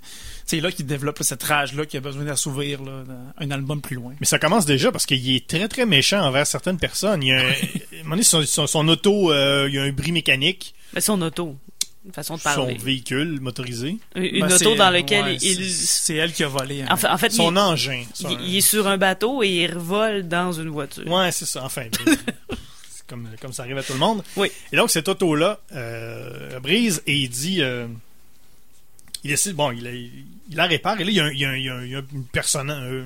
Speaker 4: c'est là qu'il développe là, cette rage-là, qu'il a besoin d'assouvir là, dans un album plus loin.
Speaker 3: Mais ça commence déjà parce qu'il est très, très méchant envers certaines personnes. Il y a
Speaker 4: <laughs>
Speaker 3: un, à un moment donné, son, son- son auto, euh, il y a un bris mécanique,
Speaker 6: Mais son auto. Une façon de
Speaker 3: son
Speaker 6: parler.
Speaker 3: véhicule motorisé,
Speaker 6: Une
Speaker 4: Ben,
Speaker 6: auto
Speaker 4: c'est-
Speaker 6: dans laquelle
Speaker 4: ouais,
Speaker 6: il.
Speaker 4: c'est- C'est elle qui a volé. hein.
Speaker 6: En fait, en fait,
Speaker 3: son
Speaker 6: il-
Speaker 3: engin.
Speaker 6: il,
Speaker 3: son-
Speaker 6: il est sur un bateau et il revole dans une voiture.
Speaker 3: Ouais, c'est ça. Enfin,
Speaker 6: <laughs>
Speaker 3: mais- c'est comme, comme ça arrive à tout le monde.
Speaker 6: Oui.
Speaker 3: Et donc, cet auto-là euh, brise et il dit. euh, il décide. Bon, il, la- il la répare et là, il y a, un- il y a un- il y a un- il y a une personne. Un,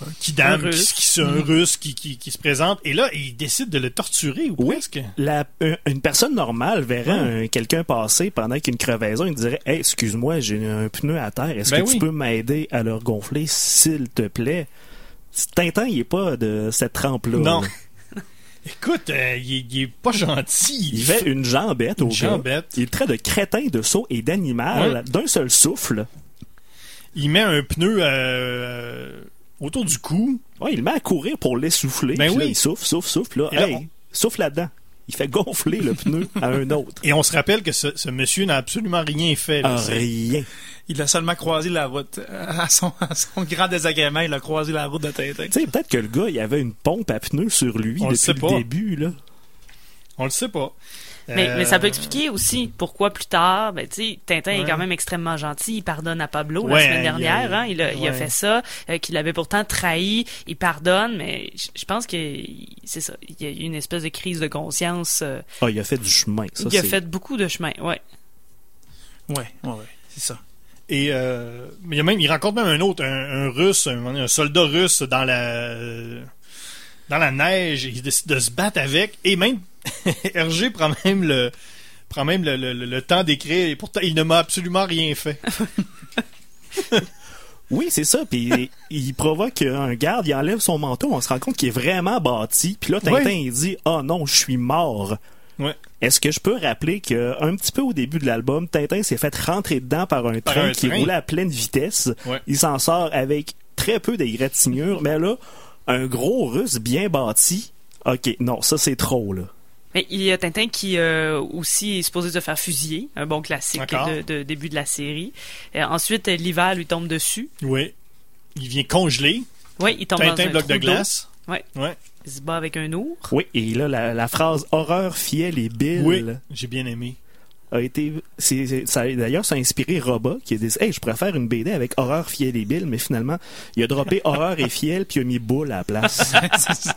Speaker 3: un kidam,
Speaker 6: Un
Speaker 3: qui,
Speaker 6: Russe. Mm-hmm.
Speaker 3: qui se- un russe qui, qui- qui se présente. Et là, il décide de le torturer ou
Speaker 5: Oui.
Speaker 3: presque.
Speaker 5: La- un- une personne normale verrait un- quelqu'un passer pendant qu'une crevaison, il dirait Hey, excuse-moi, j'ai un pneu à terre, est-ce
Speaker 3: Ben
Speaker 5: que tu
Speaker 3: oui.
Speaker 5: peux m'aider à le regonfler, s'il te plaît? Tintin, il est pas de cette trempe-là.
Speaker 3: Non.
Speaker 5: Oh là.
Speaker 3: <laughs> Écoute, euh, il, est- il est pas gentil.
Speaker 5: Il fait une jambette au
Speaker 3: une
Speaker 5: gars.
Speaker 3: jambette.
Speaker 5: Il le traite de crétin, de sot et d'animal
Speaker 3: Ouais.
Speaker 5: d'un seul souffle.
Speaker 3: Il met un pneu euh, autour du cou.
Speaker 5: Ouais, il le met à courir pour l'essouffler.
Speaker 3: Ben
Speaker 5: Puis là,
Speaker 3: oui.
Speaker 5: il souffle, souffle, souffle. Là,
Speaker 3: Et là,
Speaker 5: hey,
Speaker 3: on-
Speaker 5: souffle là-dedans. Il fait gonfler le pneu à
Speaker 3: <laughs>
Speaker 5: un autre.
Speaker 3: Et on se rappelle que ce, ce monsieur n'a absolument rien fait. là.
Speaker 5: Ah,
Speaker 3: C'est-
Speaker 5: rien.
Speaker 4: Il a seulement croisé la route. euh, À son, à son grand désagrément, il a croisé la route de Tintin.
Speaker 5: Tu sais, peut-être que le gars, il avait une pompe à pneus sur lui
Speaker 3: On le
Speaker 5: depuis
Speaker 3: sait
Speaker 5: le
Speaker 3: pas.
Speaker 5: début, là.
Speaker 3: On le sait pas.
Speaker 6: Mais,
Speaker 3: Euh,
Speaker 6: mais ça peut expliquer aussi pourquoi plus tard, ben, tu sais, Tintin est
Speaker 3: Ouais.
Speaker 6: quand même extrêmement gentil. Il pardonne à Pablo
Speaker 3: Ouais,
Speaker 6: la semaine
Speaker 3: il a-
Speaker 6: dernière. hein. Il, a, il a
Speaker 3: ouais.
Speaker 6: fait ça, euh, qu'il avait pourtant trahi. Il pardonne, mais j- je pense que il- c'est ça. Il y a eu une espèce de crise de conscience. euh,
Speaker 5: Ah, il a fait du chemin, ça,
Speaker 6: il a
Speaker 5: c'est-
Speaker 6: fait beaucoup de chemin. Ouais.
Speaker 4: Ouais, ouais, ouais,
Speaker 6: <laughs>
Speaker 4: c'est ça.
Speaker 3: Et euh, mais il, y a même, il rencontre même un autre, un, un russe, un, un soldat russe dans la euh, dans la neige. Il décide de se battre avec. Et même <laughs> Hergé prend même le prend même le, le- le- le temps d'écrire. Et pourtant, il ne m'a absolument
Speaker 6: <laughs>
Speaker 3: rien fait.
Speaker 5: Oui, c'est ça. Puis il il provoque un garde, il enlève son manteau, on se rend compte qu'il est vraiment bâti. Puis là, Tintin,
Speaker 3: Ouais.
Speaker 5: il dit « Ah non, je suis mort ».
Speaker 3: Ouais.
Speaker 5: Est-ce que je peux rappeler que un petit peu au début de l'album, Tintin s'est fait rentrer dedans par un
Speaker 3: Par
Speaker 5: train
Speaker 3: un
Speaker 5: qui
Speaker 3: train.
Speaker 5: roulait à pleine vitesse.
Speaker 3: Ouais.
Speaker 5: Il s'en sort avec très peu d'égratignures, mais là, un gros russe bien bâti. Ok, non, ça c'est trop là.
Speaker 6: Mais il y a Tintin qui euh, aussi est supposé se faire fusiller, un bon classique
Speaker 3: D'accord.
Speaker 6: de, de début de la série. Euh, ensuite, euh, l'hiver lui tombe dessus.
Speaker 3: Oui. Il vient congelé.
Speaker 6: Oui, il tombe dans
Speaker 3: Tintin
Speaker 6: un
Speaker 3: bloc
Speaker 6: trou
Speaker 3: de
Speaker 6: d'eau.
Speaker 3: glace.
Speaker 6: Ouais.
Speaker 3: Ouais.
Speaker 6: Il se bat avec un ours.
Speaker 5: Oui, et là, la, la phrase horreur fiel et bile
Speaker 3: Oui. J'ai bien aimé.
Speaker 5: a été. c'est- c'est- ça- D'ailleurs, ça a inspiré Roba qui a dit Hey, je préfère une BD avec horreur fiel et bile, mais finalement, il a droppé horreur et fiel puis il a mis boule à
Speaker 3: <laughs>
Speaker 5: la place.
Speaker 3: Je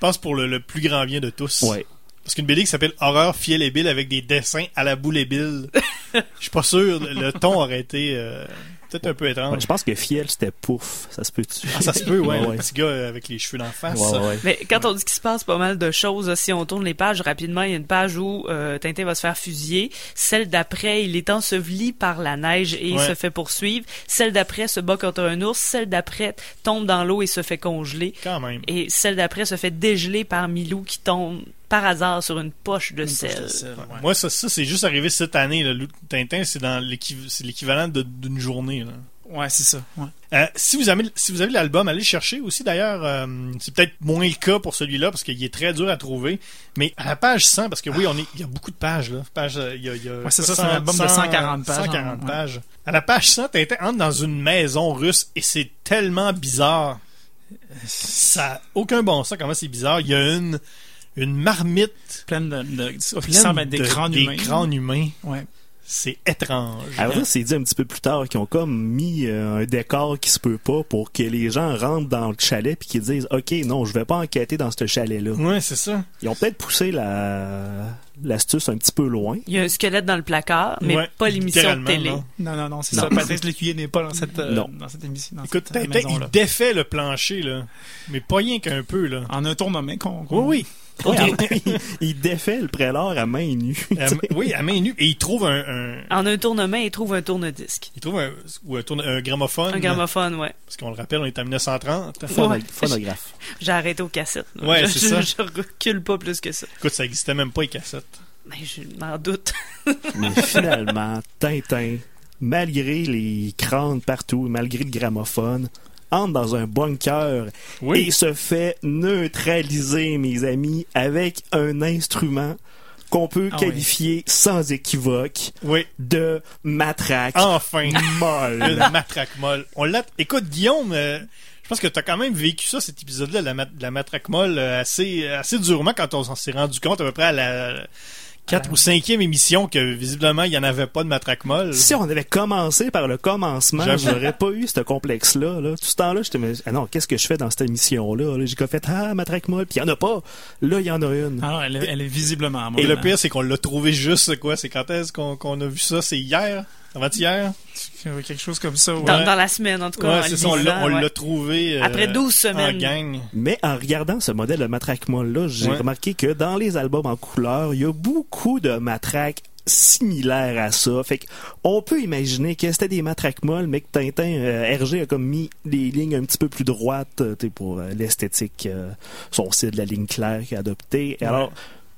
Speaker 3: pense pour le, le plus grand bien de tous.
Speaker 5: ouais.
Speaker 3: Parce qu'une BD qui s'appelle Horreur fiel et Bill avec des dessins à la boule et Bill. Je suis pas sûr. Le, le ton aurait été euh, peut-être un peu étrange.
Speaker 5: Ouais, je pense que fiel c'était pouf, ça se peut-tu
Speaker 3: Ah,
Speaker 5: <laughs>
Speaker 3: ça se peut, ouais.
Speaker 5: Ouais,
Speaker 3: Le
Speaker 5: ouais.
Speaker 3: petit gars euh, avec les cheveux d'en face.
Speaker 5: Ouais, ouais.
Speaker 6: Mais quand on dit qu'il se passe pas mal de choses, là, si on tourne les pages rapidement, il y a une page où euh, Tintin va se faire fusiller. Celle d'après, il est enseveli par la neige et il
Speaker 3: Ouais.
Speaker 6: se fait poursuivre. Celle d'après se bat contre un ours. Celle d'après tombe dans l'eau et se fait congeler.
Speaker 3: Quand même.
Speaker 6: Et celle d'après se fait dégeler par Milou qui tombe par hasard sur une poche de
Speaker 4: Une touche
Speaker 6: sel.
Speaker 4: de sel, ouais.
Speaker 3: Moi, ça, ça, c'est juste arrivé cette année. Là. Le Tintin, c'est dans l'équiv- c'est l'équivalent de- d'une journée. Là.
Speaker 4: Ouais, c'est ça. Ouais.
Speaker 3: Euh, si vous avez si vous avez l'album, allez le chercher aussi d'ailleurs. euh, c'est peut-être moins le cas pour celui-là parce qu'il est très dur à trouver. Mais à la page 100, parce que oui, on est, il y a beaucoup de pages là. Page, euh, il y a, il y a
Speaker 4: Ouais, c'est ça,
Speaker 3: 100,
Speaker 4: c'est un album de 140 pages,
Speaker 3: 140
Speaker 4: hein, ouais.
Speaker 3: pages. À la page 100, Tintin entre dans une maison russe et c'est tellement bizarre. Ça a aucun bon sens comment c'est bizarre. Il y a une une marmite
Speaker 4: Pleine de, de, qui
Speaker 3: pleine
Speaker 4: semble être des
Speaker 3: de-
Speaker 4: crânes humains.
Speaker 3: crânes humains.
Speaker 4: Ouais.
Speaker 3: C'est étrange.
Speaker 5: À vrai, c'est dit un petit peu plus tard qu'ils ont comme mis euh, un décor qui se peut pas pour que les gens rentrent dans le chalet puis qu'ils disent OK, non, je vais pas enquêter dans ce chalet-là.
Speaker 3: Ouais, c'est ça.
Speaker 5: Ils ont peut-être poussé la l'astuce un petit peu loin.
Speaker 6: Il y a un squelette dans le placard, mais
Speaker 3: Ouais,
Speaker 6: pas l'émission de
Speaker 3: littéralement,
Speaker 6: télé.
Speaker 3: non.
Speaker 4: Non, non, non, c'est
Speaker 5: Non.
Speaker 4: ça. Patrice Lécuyer n'est pas dans cette, euh,
Speaker 5: Non.
Speaker 4: dans cette émission. Dans
Speaker 3: Écoute,
Speaker 4: cette euh,
Speaker 3: Tintin, il
Speaker 4: maison-là.
Speaker 3: défait le plancher, là. Mais pas rien qu'un peu, là.
Speaker 4: En un tournement qu'on. qu'on-
Speaker 3: Oui,
Speaker 5: Ouais, il, il défait le prélard à main nue.
Speaker 3: oui. À- oui, à main nue. Et il trouve un... un-
Speaker 6: En un tournement, il trouve un tourne-disque.
Speaker 3: il trouve un, ou un, tourne- un gramophone.
Speaker 6: Un gramophone, ouais.
Speaker 3: Parce qu'on le rappelle, on est en 1930.
Speaker 5: Phono-
Speaker 6: Ouais.
Speaker 5: Phonographe.
Speaker 6: J'ai arrêté aux cassettes. là.
Speaker 3: Ouais,
Speaker 6: je,
Speaker 3: c'est ça.
Speaker 6: je, <laughs> je recule pas plus que ça.
Speaker 3: Écoute, ça existait même pas, les cassettes.
Speaker 6: Mais Ben, je m'en doute. <laughs>
Speaker 5: Mais finalement, Tintin, malgré les crânes partout, malgré le gramophone, entre dans un bunker et se fait neutraliser, mes amis, avec un instrument qu'on peut
Speaker 4: Ah oui.
Speaker 5: qualifier sans équivoque
Speaker 3: Oui.
Speaker 5: de matraque
Speaker 4: Ah.
Speaker 3: Enfin. <laughs>
Speaker 5: molle.
Speaker 4: <laughs>
Speaker 3: Une matraque molle. On l'a... Écoute, Guillaume... euh, Je pense que t'as quand même vécu ça, cet épisode-là, de la, ma- de la matraque molle, euh, assez, assez durement quand on s'en s'est rendu compte à peu près à la 4 ou 5e émission que visiblement il n'y en avait pas de matraque molle.
Speaker 5: Si on avait commencé par le commencement,
Speaker 3: J'avoue.
Speaker 5: j'aurais pas eu ce complexe-là. là. Tout ce temps-là, j'étais, mais, ah non, qu'est-ce que je fais dans cette émission-là? Là, J'ai qu'à fait, ah, matraque molle, puis il y en a pas. Là, il y en a une.
Speaker 4: Alors, Ah, elle, est- elle est visiblement à moi.
Speaker 3: Et le
Speaker 4: là.
Speaker 3: pire, c'est qu'on l'a trouvé juste, c'est quoi? C'est quand est-ce qu'on qu'on a vu ça? C'est hier? Avant-hier?
Speaker 4: Euh, Quelque chose comme ça. ouais.
Speaker 6: Dans, dans la semaine, en tout cas.
Speaker 3: Ouais,
Speaker 6: en
Speaker 3: c'est ça, on l'a
Speaker 6: lisant,
Speaker 3: on
Speaker 6: ouais.
Speaker 3: l'a trouvé. euh,
Speaker 6: Après 12
Speaker 3: En
Speaker 6: semaines.
Speaker 3: gang.
Speaker 5: Mais en regardant ce modèle de matraque molle-là, j'ai
Speaker 3: Ouais.
Speaker 5: remarqué que dans les albums en couleur, il y a beaucoup de matraques similaires à ça. Fait que on peut imaginer que c'était des matraques molles, mais que Tintin, euh, RG a comme mis des lignes un petit peu plus droites euh, t'sais, pour euh, l'esthétique, euh, son style de la ligne claire qu'il a adopté. Et Alors,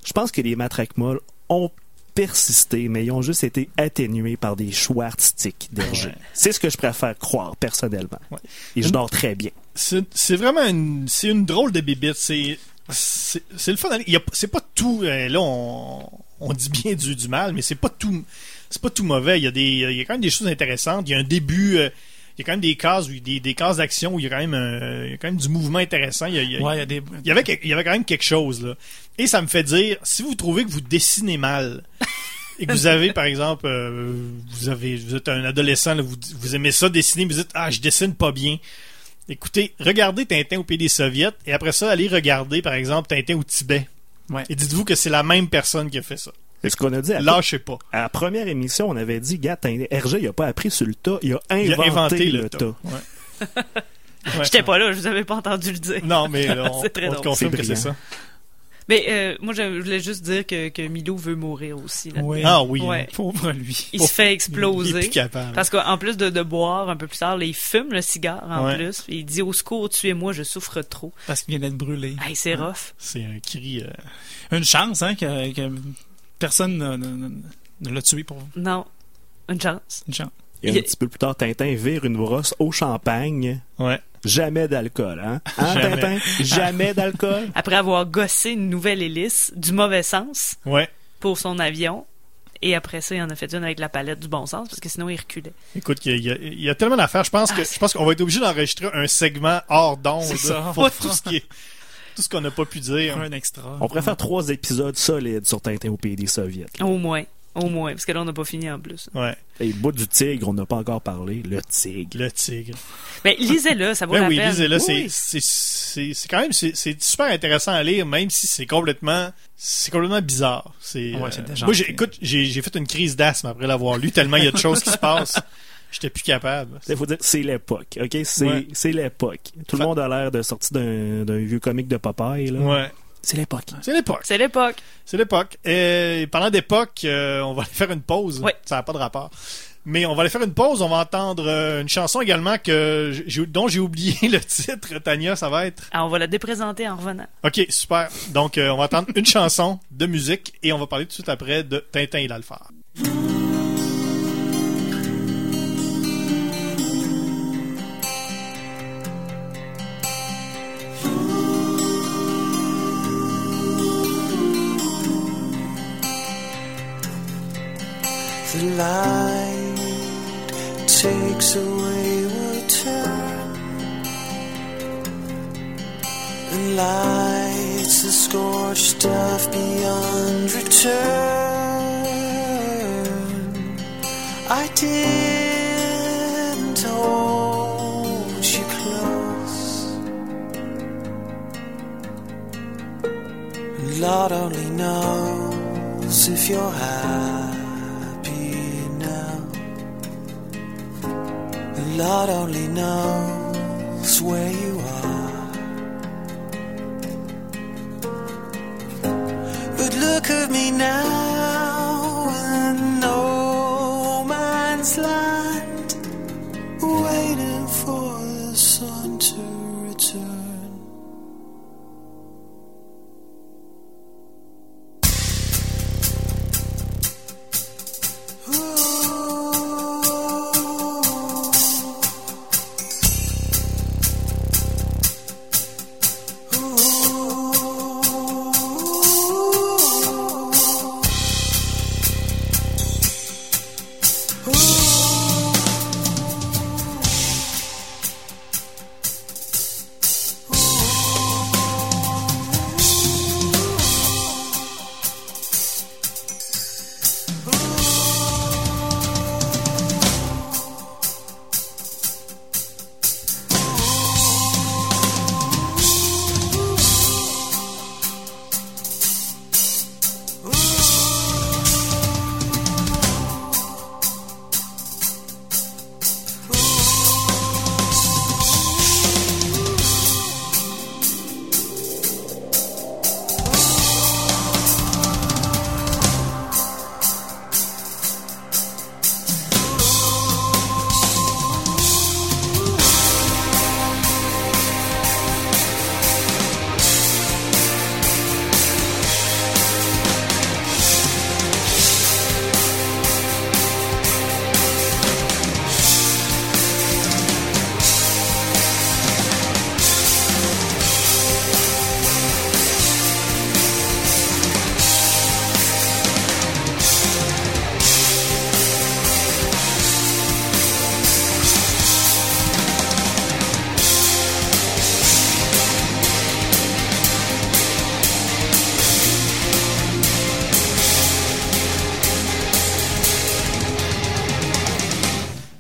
Speaker 5: je pense que les matraques molles ont persisté, mais ils ont juste été atténués par des choix artistiques d'RG.
Speaker 3: Ouais.
Speaker 5: C'est ce que je préfère croire, personnellement.
Speaker 3: Ouais.
Speaker 5: Et je dors très bien.
Speaker 3: C'est c'est vraiment une, c'est une drôle de bibite. C'est c'est c'est le fun. Il y a- C'est pas tout. euh, Là, on, on dit bien du, du mal, mais c'est pas tout. C'est pas tout mauvais. Il y a des, il y a quand même des choses intéressantes. Il y a un début. euh, il y a quand même des cases, où- des, des cases d'action où il y a quand même, un- il y a quand même du mouvement intéressant. Il y a- il y a-
Speaker 4: Ouais, il y a des.
Speaker 3: Il y avait, quel- il y avait quand même quelque chose, là. Et ça me fait dire, si vous trouvez que vous dessinez mal, et que vous avez, par exemple, euh, vous avez, vous êtes un adolescent, là, vous, vous aimez ça dessiner, mais vous dites, ah, je dessine pas bien. Écoutez, regardez Tintin au pays des soviets, et après ça, allez regarder, par exemple, Tintin au Tibet.
Speaker 4: Ouais.
Speaker 3: Et dites-vous que c'est la même personne qui a fait ça.
Speaker 5: C'est ce qu'on a dit à
Speaker 3: Lâchez pas.
Speaker 5: À la première émission, on avait dit, gars, t'as- RG, il a pas appris sur le tas, il a inventé,
Speaker 3: Il a inventé
Speaker 5: le,
Speaker 3: le
Speaker 5: tas.
Speaker 3: tas. Ouais. Ouais.
Speaker 6: J'étais pas là, je vous avais pas entendu le dire.
Speaker 3: <laughs> Non,
Speaker 6: <laughs>
Speaker 3: mais là, on,
Speaker 6: C'est très
Speaker 3: on te
Speaker 6: drôle.
Speaker 3: confirme
Speaker 5: C'est
Speaker 3: que c'est
Speaker 5: brillant.
Speaker 3: ça.
Speaker 6: Mais euh, moi, je voulais juste dire que, que Milo veut mourir aussi. Là.
Speaker 4: Ouais.
Speaker 3: Ah oui.
Speaker 6: Ouais.
Speaker 4: Pauvre lui.
Speaker 6: Il se fait
Speaker 3: Il est
Speaker 6: exploser.
Speaker 3: plus capable.
Speaker 6: Parce qu'en plus de, de boire un peu plus tard, là, il fume le cigare en
Speaker 3: Ouais.
Speaker 6: plus. Il dit au secours, tuez-moi, je souffre trop.
Speaker 4: Parce qu'il vient d'être brûlé.
Speaker 3: Mm.
Speaker 6: Hey, c'est rough.
Speaker 3: C'est un cri, euh,
Speaker 4: Une chance, hein, que, que personne ne, ne- ne- ne l'a tué pour
Speaker 6: Non. Une chance.
Speaker 4: une chance.
Speaker 5: Et un
Speaker 6: Il-
Speaker 5: petit peu plus tard, Tintin vire une brosse au champagne.
Speaker 3: ouais.
Speaker 5: Jamais d'alcool, hein? Hein,
Speaker 3: Jamais. <laughs>
Speaker 5: Tintin? Jamais d'alcool?
Speaker 6: Après avoir gossé une nouvelle hélice du mauvais sens
Speaker 3: Ouais.
Speaker 6: pour son avion, et après ça, il en a fait une avec la palette du bon sens, parce que sinon, il reculait.
Speaker 3: Écoute, il y, a- il y a tellement d'affaires. Je pense que
Speaker 6: Ah,
Speaker 3: je pense qu'on va être obligé d'enregistrer un segment hors d'onde
Speaker 4: C'est ça.
Speaker 3: pour tout ce qui est- tout ce qu'on n'a pas pu dire.
Speaker 4: Un extra.
Speaker 5: On pourrait faire trois épisodes solides sur Tintin au pays des soviets.
Speaker 6: Au moins. Au moins. Parce que là, on n'a pas fini en
Speaker 3: <laughs>
Speaker 6: plus.
Speaker 3: Ouais,
Speaker 5: Et bout du tigre, on n'a pas encore parlé. Le tigre.
Speaker 3: le tigre.
Speaker 6: Mais lisez-le, ça vaut
Speaker 3: Ben
Speaker 6: la
Speaker 3: oui,
Speaker 6: peine.
Speaker 3: lisez-le,
Speaker 6: Oui,
Speaker 3: c'est-
Speaker 6: oui.
Speaker 3: c'est c'est c'est quand même c'est c'est super intéressant à lire, même si c'est complètement c'est complètement bizarre. C'est
Speaker 4: Ouais,
Speaker 3: euh,
Speaker 4: c'est déjanté.
Speaker 3: moi, j'ai- écoute, j'ai j'ai fait une crise d'asthme après l'avoir lu tellement il y a de choses qui se
Speaker 4: <laughs>
Speaker 3: passent. J'étais plus capable.
Speaker 5: Il faut dire, c'est l'époque, OK? C'est
Speaker 3: Ouais.
Speaker 5: c'est l'époque. Tout
Speaker 3: Fa-
Speaker 5: le monde a l'air de sortir d'un d'un vieux comique de Popeye, là.
Speaker 3: Ouais,
Speaker 5: C'est l'époque.
Speaker 3: c'est l'époque.
Speaker 6: C'est l'époque.
Speaker 3: C'est l'époque. Et parlant d'époque, euh, on va <laughs> aller faire une pause.
Speaker 6: Ouais.
Speaker 3: Ça n'a pas de rapport. Mais on va aller faire une pause. On va entendre euh, une chanson également que j'ai- dont j'ai oublié <laughs> le titre. Tania, ça va être.
Speaker 6: Ah, on va la déprésenter en revenant.
Speaker 3: Ok, super. Donc, euh, on va entendre une <laughs> chanson de musique et on va parler tout de suite après de Tintin et l'Alphard.
Speaker 7: light takes away return and lights the scorched earth beyond return. I didn't hold you close. Lord only knows if you're happy now. Lord only knows where you are. But look at me now in no man's land, waiting for the sun to return.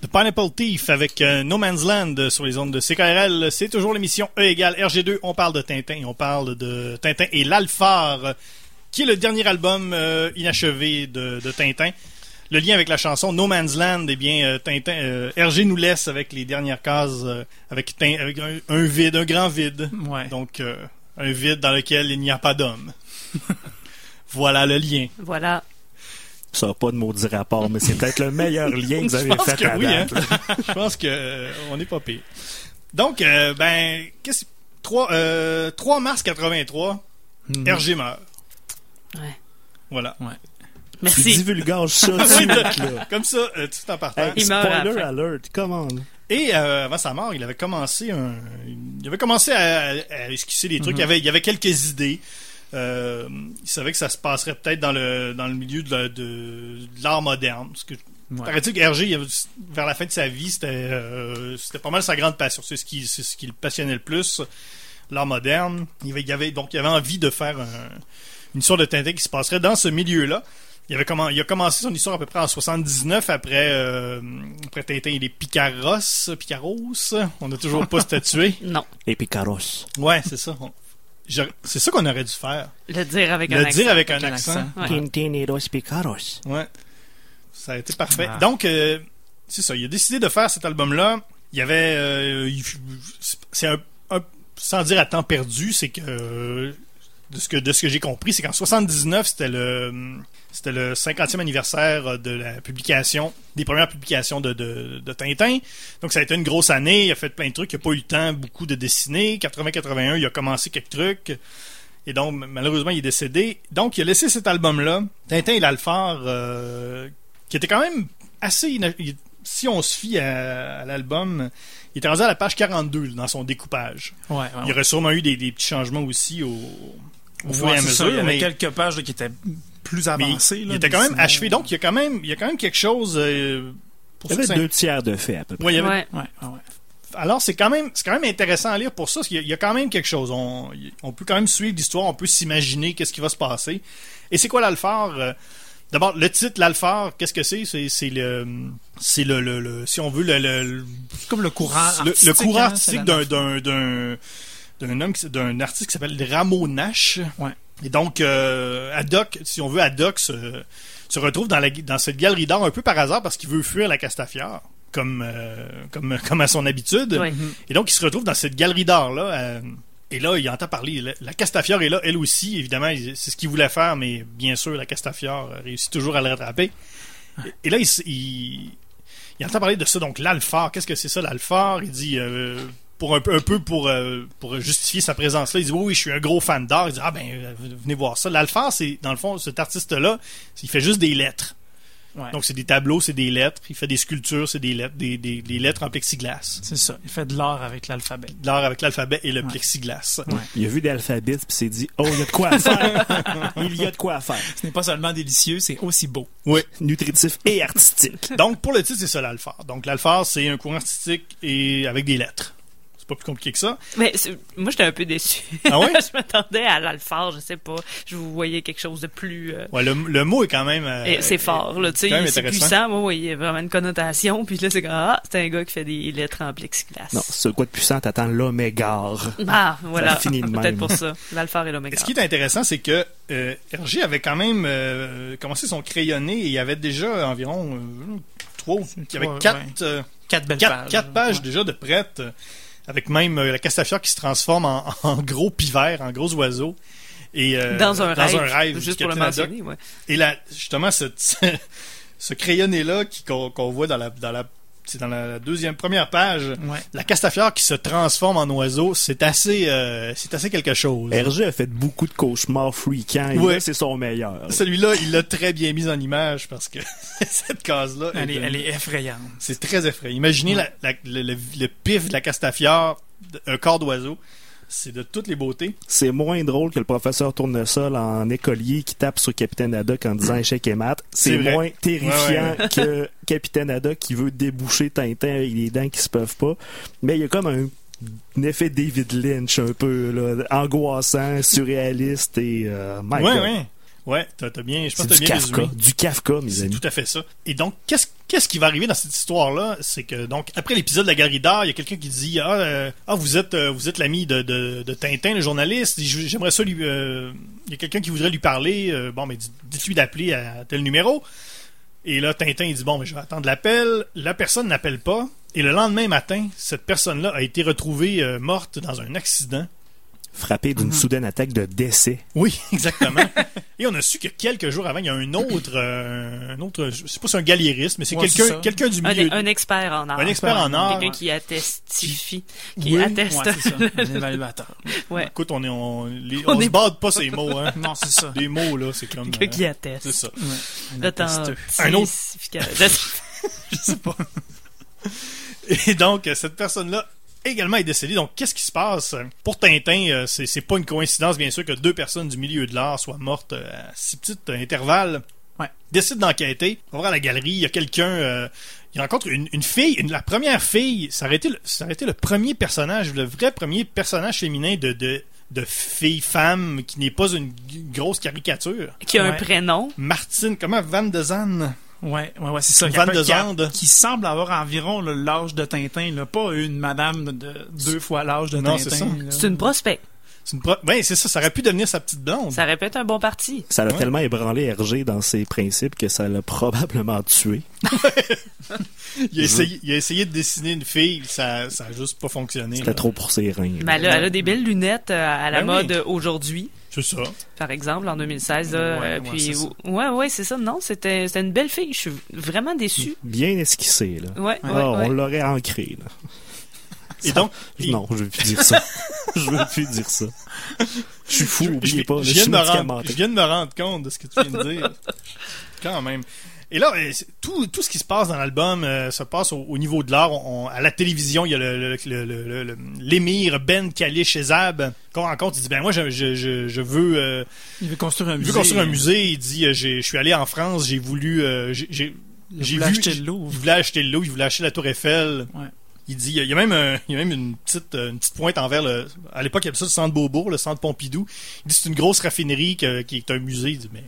Speaker 3: The Pineapple Thief avec euh, No Man's Land euh, sur les ondes de CKRL. C'est toujours l'émission E égale RG2. On parle de Tintin, on parle de Tintin et l'Alphar, euh, qui est le dernier album euh, inachevé de, de Tintin. Le lien avec la chanson No Man's Land, eh bien, euh, Tintin, euh, RG nous laisse avec les dernières cases, euh, avec, Tin- avec un, un vide, un grand vide.
Speaker 4: Ouais.
Speaker 3: Donc, euh, un vide dans lequel il n'y a pas d'homme. <laughs> voilà le lien.
Speaker 6: Voilà.
Speaker 5: Ça n'a pas de maudit rapport, mais c'est peut-être le meilleur lien
Speaker 3: <laughs>
Speaker 5: que vous avez
Speaker 3: pense
Speaker 5: fait
Speaker 3: que
Speaker 5: à
Speaker 3: oui, hein.
Speaker 5: date. là.
Speaker 3: Je pense que euh, on n'est pas pire. Donc, euh, ben, qu'est-ce 3, euh, 3 mars 83,
Speaker 4: Mm.
Speaker 3: RG meurt.
Speaker 6: Ouais.
Speaker 3: Voilà.
Speaker 5: Tu
Speaker 6: Merci.
Speaker 5: divulgages
Speaker 6: <laughs>
Speaker 5: ça tout de suite, là.
Speaker 3: Comme ça, euh, tout en partant.
Speaker 5: Hey,
Speaker 6: Ah, Il meurt à la
Speaker 5: spoiler
Speaker 6: fin.
Speaker 5: alert, come on.
Speaker 3: Et euh, avant sa mort, il avait commencé un, il avait commencé à, à esquisser des trucs. il, avait, il avait quelques idées. Euh, il savait que ça se passerait peut-être dans le dans le milieu de, la- de- de l'art moderne. Parce que
Speaker 4: Ouais.
Speaker 3: paraît-il que Hergé, il avait- vers la fin de sa vie, c'était euh, c'était pas mal sa grande passion. C'est ce qui c'est ce qui le passionnait le plus, l'art moderne. Il avait, il avait donc il avait envie de faire un- une histoire de Tintin qui se passerait dans ce milieu-là. Il, avait commen- il a commencé son histoire à peu près en 79 après, euh, après Tintin et les Picaros. Picaros, on n'a toujours pas statué.
Speaker 6: Non.
Speaker 5: Et Picaros.
Speaker 3: Ouais, c'est ça. On- je- C'est ça qu'on aurait dû faire.
Speaker 6: Le dire avec un
Speaker 3: Le dire
Speaker 6: accent.
Speaker 3: avec un
Speaker 4: Avec un
Speaker 3: accent.
Speaker 6: Ouais.
Speaker 5: Tintin et los Picaros.
Speaker 3: Ouais. Ça a été parfait.
Speaker 4: Ah.
Speaker 3: Donc, euh, c'est ça. Il a décidé de faire cet album-là. Il y avait. euh, il- c'est un, un- Sans dire à temps perdu, c'est que. euh, de ce que, de ce que j'ai compris, c'est qu'en 79, c'était le. C'était le 50e anniversaire de la publication, des premières publications de, de, de Tintin. Donc, ça a été une grosse année. Il a fait plein de trucs. Il n'a pas eu le temps beaucoup de dessiner. 80-81, il a commencé quelques trucs. Et donc, m- malheureusement, il est décédé. Donc, il a laissé cet album-là, Tintin et l'Alphar, euh, qui était quand même assez. ina- il- Si on se fie à, à l'album, il était rendu à la page 42 là, dans son découpage.
Speaker 4: Ouais, ouais,
Speaker 3: Il y
Speaker 4: Ah ouais.
Speaker 3: aurait sûrement eu des, des petits changements aussi au, au fur et
Speaker 4: Ouais,
Speaker 3: à
Speaker 4: c'est ça, il y
Speaker 3: mesure.
Speaker 4: avait
Speaker 3: mais-
Speaker 4: quelques pages là, qui étaient plus
Speaker 3: Mais
Speaker 4: avancé.
Speaker 3: il,
Speaker 4: là,
Speaker 3: il était quand
Speaker 4: mais
Speaker 3: même
Speaker 4: sinon-
Speaker 3: achevé, donc il y a quand même, il y a quand même quelque chose. euh, pour
Speaker 5: Il y
Speaker 3: ceux
Speaker 5: avait
Speaker 3: qui
Speaker 5: deux tiers de fait, à peu près.
Speaker 3: s'in- Ouais, il y avait-
Speaker 6: Ouais.
Speaker 4: Ouais, ouais, ouais.
Speaker 3: Alors c'est quand même, c'est quand même intéressant à lire pour ça. Parce qu'il y a- il y a quand même quelque chose. On, il- on peut quand même suivre l'histoire, on peut s'imaginer qu'est-ce qui va se passer. Et c'est quoi l'alphar euh, D'abord, le titre, l'alphar, qu'est-ce que c'est C'est c'est le, c'est le, le- le- si on veut le- le,
Speaker 4: C'est comme le courant
Speaker 3: le-
Speaker 4: artistique.
Speaker 3: le courant
Speaker 4: hein,
Speaker 3: artistique
Speaker 4: c'est
Speaker 3: d'un d'un
Speaker 4: la-
Speaker 3: d'un d'un homme qui s- d'un artiste qui s'appelle Rameau Nash.
Speaker 4: Ouais.
Speaker 3: Et donc euh, Haddock, si on veut Haddock se, se retrouve dans la dans cette galerie d'art un peu par hasard parce qu'il veut fuir la Castafiore comme euh, comme comme à son habitude.
Speaker 6: Ouais.
Speaker 3: Et donc il se retrouve dans cette galerie d'art là. euh, et là, il entend parler. La, la Castafiore est là, elle aussi, évidemment. il- C'est ce qu'il voulait faire, mais bien sûr, la Castafiore euh, réussit toujours à le rattraper. Et, et là, il, s- il, il entend parler de ça, donc l'alphar. Qu'est-ce que c'est ça, l'alphar Il dit, euh, pour un, peu- un peu pour, euh, pour justifier sa présence là, il dit Oui, oui, je suis un gros fan d'art. Il dit Ah, ben, euh, venez voir ça. L'alphar, c'est, dans le fond, cet artiste-là, il fait juste des lettres.
Speaker 4: Ouais.
Speaker 3: Donc, c'est des tableaux, c'est des lettres. Il fait des sculptures, c'est des lettres, des, des- des lettres en plexiglas.
Speaker 4: C'est ça. Il fait de l'art avec l'alphabet.
Speaker 3: De L'art avec l'alphabet et le
Speaker 4: Ouais.
Speaker 3: plexiglas.
Speaker 5: Il a vu des alphabets, puis s'est dit, oh, il y a de quoi
Speaker 6: <laughs>
Speaker 5: à faire. il y a de quoi à faire.
Speaker 4: Ce n'est pas seulement délicieux, c'est aussi beau.
Speaker 5: Nutritif et artistique.
Speaker 3: Donc, pour le titre, c'est ça l'alphar. Donc, l'alphar, c'est un courant artistique et avec des lettres. C'est pas plus compliqué que ça.
Speaker 6: Mais c'est- moi, j'étais un peu déçu.
Speaker 3: Ah ouais?
Speaker 6: <laughs> je m'attendais à l'alphare, je sais pas. Je vous voyais quelque chose de plus. euh,
Speaker 3: Ouais, le, le mot est quand même. euh,
Speaker 6: et c'est fort, là, tu
Speaker 3: quand même
Speaker 6: sais, c'est
Speaker 3: intéressant.
Speaker 6: puissant. Moi, oui, il y a vraiment une connotation. Puis là, c'est comme, ah, c'est un gars qui fait des lettres en plexiglas.
Speaker 5: Non, c'est quoi de puissant, t'attends l'omégar.
Speaker 6: Ah, voilà.
Speaker 5: finit de même.
Speaker 6: Peut-être pour ça. L'alphare et l'oméga.
Speaker 3: Ce qui est intéressant, c'est que euh, Hergé avait quand même euh, commencé son crayonné et il y avait déjà environ euh, trois, ou- il y avait
Speaker 4: Trois,
Speaker 3: quatre,
Speaker 4: ouais.
Speaker 3: euh,
Speaker 4: Quatre belles
Speaker 3: quatre,
Speaker 4: pages.
Speaker 3: quatre pages
Speaker 4: Ouais.
Speaker 3: déjà de prêtes, euh, avec même euh, la Castafiore qui se transforme en, <laughs> en gros pivert, en gros oiseau. Et, euh,
Speaker 6: dans un rêve.
Speaker 3: du
Speaker 6: juste pour le
Speaker 3: Capitaine Haddock.
Speaker 6: mentionner, ouais.
Speaker 3: Et là, justement, ce, <laughs> ce crayonné-là qui- qu'on qu'on voit dans la, dans la, c'est dans la deuxième, première page,
Speaker 4: Ouais.
Speaker 3: la Castafiore qui se transforme en oiseau, c'est assez, euh, c'est assez quelque chose.
Speaker 5: Hergé a fait beaucoup de cauchemars freakants. Et
Speaker 3: Ouais.
Speaker 5: là, c'est son meilleur.
Speaker 3: Celui-là, il l'a très bien mis en image parce que <laughs> cette case-là,
Speaker 4: Elle est,
Speaker 3: est de-
Speaker 4: elle est effrayante.
Speaker 3: c'est très effrayant. Imaginez
Speaker 4: Ouais.
Speaker 3: la- la- le, le- le pif de la castafiore, d- un corps d'oiseau. C'est de toutes les beautés.
Speaker 5: C'est moins drôle que le professeur Tournesol en écolier qui tape sur Capitaine Haddock en disant échec et mat.
Speaker 3: C'est
Speaker 5: C'est
Speaker 3: vrai.
Speaker 5: moins terrifiant
Speaker 3: Ouais,
Speaker 5: que Capitaine Haddock qui veut déboucher Tintin avec les dents qui se peuvent pas. Mais il y a comme un, un effet David Lynch un peu, là, angoissant, surréaliste et... euh, my
Speaker 3: ouais,
Speaker 5: God.
Speaker 3: ouais. Ouais, t'as t'as bien, je pense que
Speaker 5: C'est
Speaker 3: t'as
Speaker 5: du
Speaker 3: bien
Speaker 5: Kafka.
Speaker 3: résumé.
Speaker 5: Du Kafka, mes
Speaker 3: C'est
Speaker 5: amis.
Speaker 3: tout à fait ça. Et donc, qu'est-ce qu'est-ce qui va arriver dans cette histoire-là? C'est que, donc, après l'épisode de la galerie d'art, il y a quelqu'un qui dit Ah, euh, ah, vous êtes, euh, vous êtes l'ami de, de- de Tintin, le journaliste. J- J'aimerais ça lui. euh, il y a quelqu'un qui voudrait lui parler. Euh, bon, mais dites- dites-lui d'appeler à tel numéro. Et là, Tintin, il dit Bon, mais je vais attendre l'appel. La personne n'appelle pas. Et le lendemain matin, cette personne-là a été retrouvée euh, morte dans un accident.
Speaker 5: Frappé
Speaker 3: Mm-hmm.
Speaker 5: d'une soudaine attaque de décès.
Speaker 3: Oui, exactement. Et on a su que quelques jours avant, il y a un autre, euh, un autre, je sais pas si c'est un galériste, mais c'est
Speaker 4: Ouais, c'est
Speaker 3: quelqu'un,
Speaker 4: ça. Ah,
Speaker 3: quelqu'un du
Speaker 6: Un,
Speaker 3: milieu.
Speaker 6: un expert en art.
Speaker 3: Un expert en art.
Speaker 6: Quelqu'un qui attestifie, qui
Speaker 3: Oui.
Speaker 4: Ouais,
Speaker 6: atteste.
Speaker 4: c'est ça. Un évaluateur.
Speaker 3: Écoute, on est, on, les-
Speaker 6: On
Speaker 3: on se
Speaker 6: est-
Speaker 3: bade pas ces mots, hein.
Speaker 4: Non, c'est ça.
Speaker 3: Les mots, là, c'est
Speaker 6: <laughs>
Speaker 3: comme.
Speaker 6: Quelqu'un
Speaker 3: euh,
Speaker 6: qui
Speaker 3: c'est
Speaker 6: atteste.
Speaker 3: ça.
Speaker 4: Un attesteur.
Speaker 3: Un
Speaker 6: Un
Speaker 3: autre.
Speaker 6: autre.
Speaker 4: Je sais pas.
Speaker 3: Et donc, euh, cette personne-là également est décédée. Donc, qu'est-ce qui se passe? Pour Tintin, euh, c'est c'est pas une coïncidence, bien sûr, que deux personnes du milieu de l'art soient mortes euh, à si petit euh, intervalle.
Speaker 4: Ouais.
Speaker 3: Décide d'enquêter. On va voir à la galerie. Il y a quelqu'un. euh, il rencontre une, une fille, une- la première fille. Ça aurait, été le, ça aurait été le premier personnage, le vrai premier personnage féminin de, de, de fille-femme qui n'est pas une g- grosse caricature.
Speaker 6: Qui a un
Speaker 4: Ouais.
Speaker 6: prénom.
Speaker 3: Martine, comment? Van de Zanne.
Speaker 4: Ouais, ouais, ouais, c'est ça.
Speaker 3: 22
Speaker 4: Qui-
Speaker 3: ans de-
Speaker 4: Qui semble avoir environ là, l'âge de Tintin, là. Pas une madame de deux fois l'âge de
Speaker 3: Non,
Speaker 4: Tintin.
Speaker 3: c'est ça.
Speaker 4: là.
Speaker 6: C'est une prospect.
Speaker 3: C'est une pro- Ouais, c'est ça, ça aurait pu devenir sa petite blonde.
Speaker 6: Ça répète un bon parti.
Speaker 5: Ça l'a
Speaker 3: Ouais.
Speaker 5: tellement ébranlé Hergé dans ses principes que ça l'a probablement tué.
Speaker 3: Il a, essayé, il a essayé de dessiner une fille, ça, ça a juste pas fonctionné.
Speaker 5: C'était
Speaker 3: là.
Speaker 5: trop pour ses reins. là.
Speaker 6: Mais elle a, elle a des belles lunettes euh, à la
Speaker 3: Ben
Speaker 6: mode
Speaker 3: oui.
Speaker 6: euh, aujourd'hui.
Speaker 3: C'est ça.
Speaker 6: Par exemple, en 2016, là,
Speaker 4: Ouais,
Speaker 6: euh,
Speaker 4: ouais,
Speaker 6: puis
Speaker 4: c'est ça.
Speaker 6: ouais, ouais, c'est ça. Non, c'était, c'était une belle fille. Je suis vraiment déçue.
Speaker 5: Bien esquissé, là.
Speaker 6: Ouais, ouais,
Speaker 5: Ah,
Speaker 6: ouais.
Speaker 5: On l'aurait ancré, là.
Speaker 3: Et
Speaker 5: Ça-
Speaker 3: donc, il-
Speaker 5: Non, je veux plus dire ça. je veux plus dire ça. Je suis fou,
Speaker 3: je,
Speaker 5: oubliez
Speaker 3: je-
Speaker 5: pas. là,
Speaker 3: je
Speaker 5: Je
Speaker 3: viens
Speaker 5: suis
Speaker 3: de me rendre, je
Speaker 5: médicamenté.
Speaker 3: viens de me rendre compte de ce que tu viens de dire. Quand même. Et là, euh, c'est- tout, tout ce qui se passe dans l'album euh, se passe au, au niveau de l'art. On- on- à la télévision, il y a le- le- le- le- le- le- l'émir Ben Khalil Shehzad qu'on rencontre. Il dit, ben moi, je, je, je, je veux... euh,
Speaker 4: Il veut construire un
Speaker 3: il
Speaker 4: musée.
Speaker 3: veut construire un musée, il dit euh, j'ai- je suis allé en France, j'ai voulu euh, j'ai- j'ai
Speaker 4: Il
Speaker 3: j'ai
Speaker 4: voulait
Speaker 3: vu-
Speaker 4: acheter le
Speaker 3: il
Speaker 4: Louvre.
Speaker 3: voulait acheter le Louvre, il voulait acheter la Tour Eiffel.
Speaker 4: Ouais.
Speaker 3: Il dit il y a même un- il y a même une petite euh, une petite pointe envers le à l'époque il y avait ça le centre Beaubourg, le centre Pompidou. Il dit c'est une grosse raffinerie que- qui est un musée, il dit mais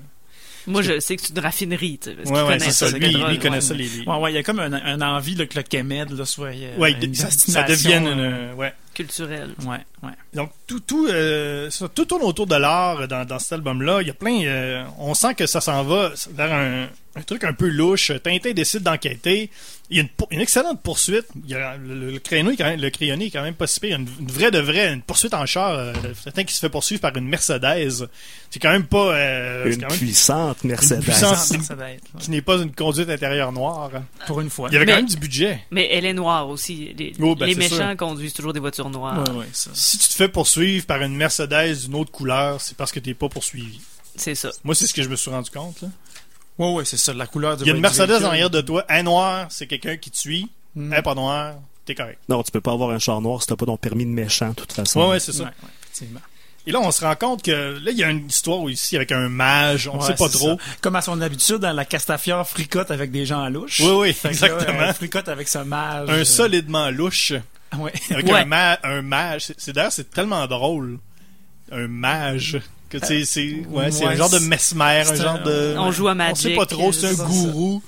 Speaker 6: Moi, je sais que c'est une raffinerie, tu sais, parce
Speaker 3: Ouais,
Speaker 6: qu'ils
Speaker 3: ouais,
Speaker 6: connaissent
Speaker 3: c'est ça.
Speaker 6: c'est
Speaker 3: Lui,
Speaker 6: drôle,
Speaker 3: lui, il connaît
Speaker 6: ouais.
Speaker 3: ça les, les-
Speaker 4: Ouais, ouais, il y a comme un, un envie là, que le Kemed là, soit euh,
Speaker 3: ouais,
Speaker 4: une
Speaker 3: ça, ça
Speaker 4: destination,
Speaker 3: devient une,
Speaker 4: euh,
Speaker 3: euh, ouais.
Speaker 6: Culturel.
Speaker 4: Ouais, ouais.
Speaker 3: Donc tout tout euh, ça, tout tourne autour de l'art dans, dans cet album là. Il y a plein, euh, on sent que ça s'en va vers un, un truc un peu louche. Tintin décide d'enquêter. Il y a une, pour- une excellente poursuite. Il y a- le, le créneau est quand même, le crayonné est quand même pas si pire. Il y a une, une vraie de vraie une poursuite en char. euh, Tintin qui se fait poursuivre par une Mercedes. C'est quand même pas euh, c'est
Speaker 5: Une
Speaker 3: quand même-
Speaker 5: puissante Mercedes.
Speaker 3: puissante-
Speaker 4: Ça, ça doit être,
Speaker 3: qui n'est pas une conduite intérieure noire.
Speaker 4: ouais. Pour une fois.
Speaker 3: Il y avait quand
Speaker 6: Mais-
Speaker 3: même du budget.
Speaker 6: Mais elle est noire aussi. Les,
Speaker 3: Oh, ben,
Speaker 6: les
Speaker 3: c'est
Speaker 6: méchants conduisent toujours des voitures noires.
Speaker 4: Ouais, ouais, ça.
Speaker 3: Si tu te fais poursuivre par une Mercedes d'une autre couleur, c'est parce que t'es pas poursuivi.
Speaker 6: C'est ça.
Speaker 3: Moi, c'est ce que je me suis rendu compte. Là.
Speaker 4: Ouais, ouais, c'est ça, la couleur du
Speaker 3: Il y a une
Speaker 4: du
Speaker 3: Mercedes
Speaker 4: véhicule.
Speaker 3: en arrière Euh, de toi. Un noir, c'est quelqu'un qui te suit.
Speaker 4: Mm.
Speaker 3: Un pas noir, t'es correct.
Speaker 5: Non, tu peux pas avoir un char noir si t'as pas ton permis de méchant, de toute façon.
Speaker 3: Mm. Ouais, ouais, c'est ça.
Speaker 4: Ouais, ouais, effectivement.
Speaker 3: Et là, on se rend compte que là, il y a une histoire ici avec un mage. On
Speaker 4: Ouais,
Speaker 3: sait pas
Speaker 4: c'est
Speaker 3: trop.
Speaker 4: ça. Comme à son habitude, dans la Castafiore fricote avec des gens à louche.
Speaker 3: Oui, oui,
Speaker 4: Fait que là,
Speaker 3: exactement.
Speaker 4: elle fricote avec ce mage.
Speaker 3: Un solidement louche
Speaker 4: Ah, Ouais.
Speaker 3: avec
Speaker 6: Ouais.
Speaker 3: un, ma- un mage. C'est- C'est d'ailleurs c'est tellement drôle. Un mage que tu sais, c'est ouais, c'est un
Speaker 4: ouais,
Speaker 3: genre de
Speaker 4: c'est-
Speaker 3: mesmer, un
Speaker 4: c'est
Speaker 3: genre
Speaker 4: un-
Speaker 3: de.
Speaker 6: On joue à
Speaker 3: On sait
Speaker 6: Magic,
Speaker 3: pas trop. C'est
Speaker 6: euh,
Speaker 3: un
Speaker 6: c'est ça.
Speaker 3: gourou.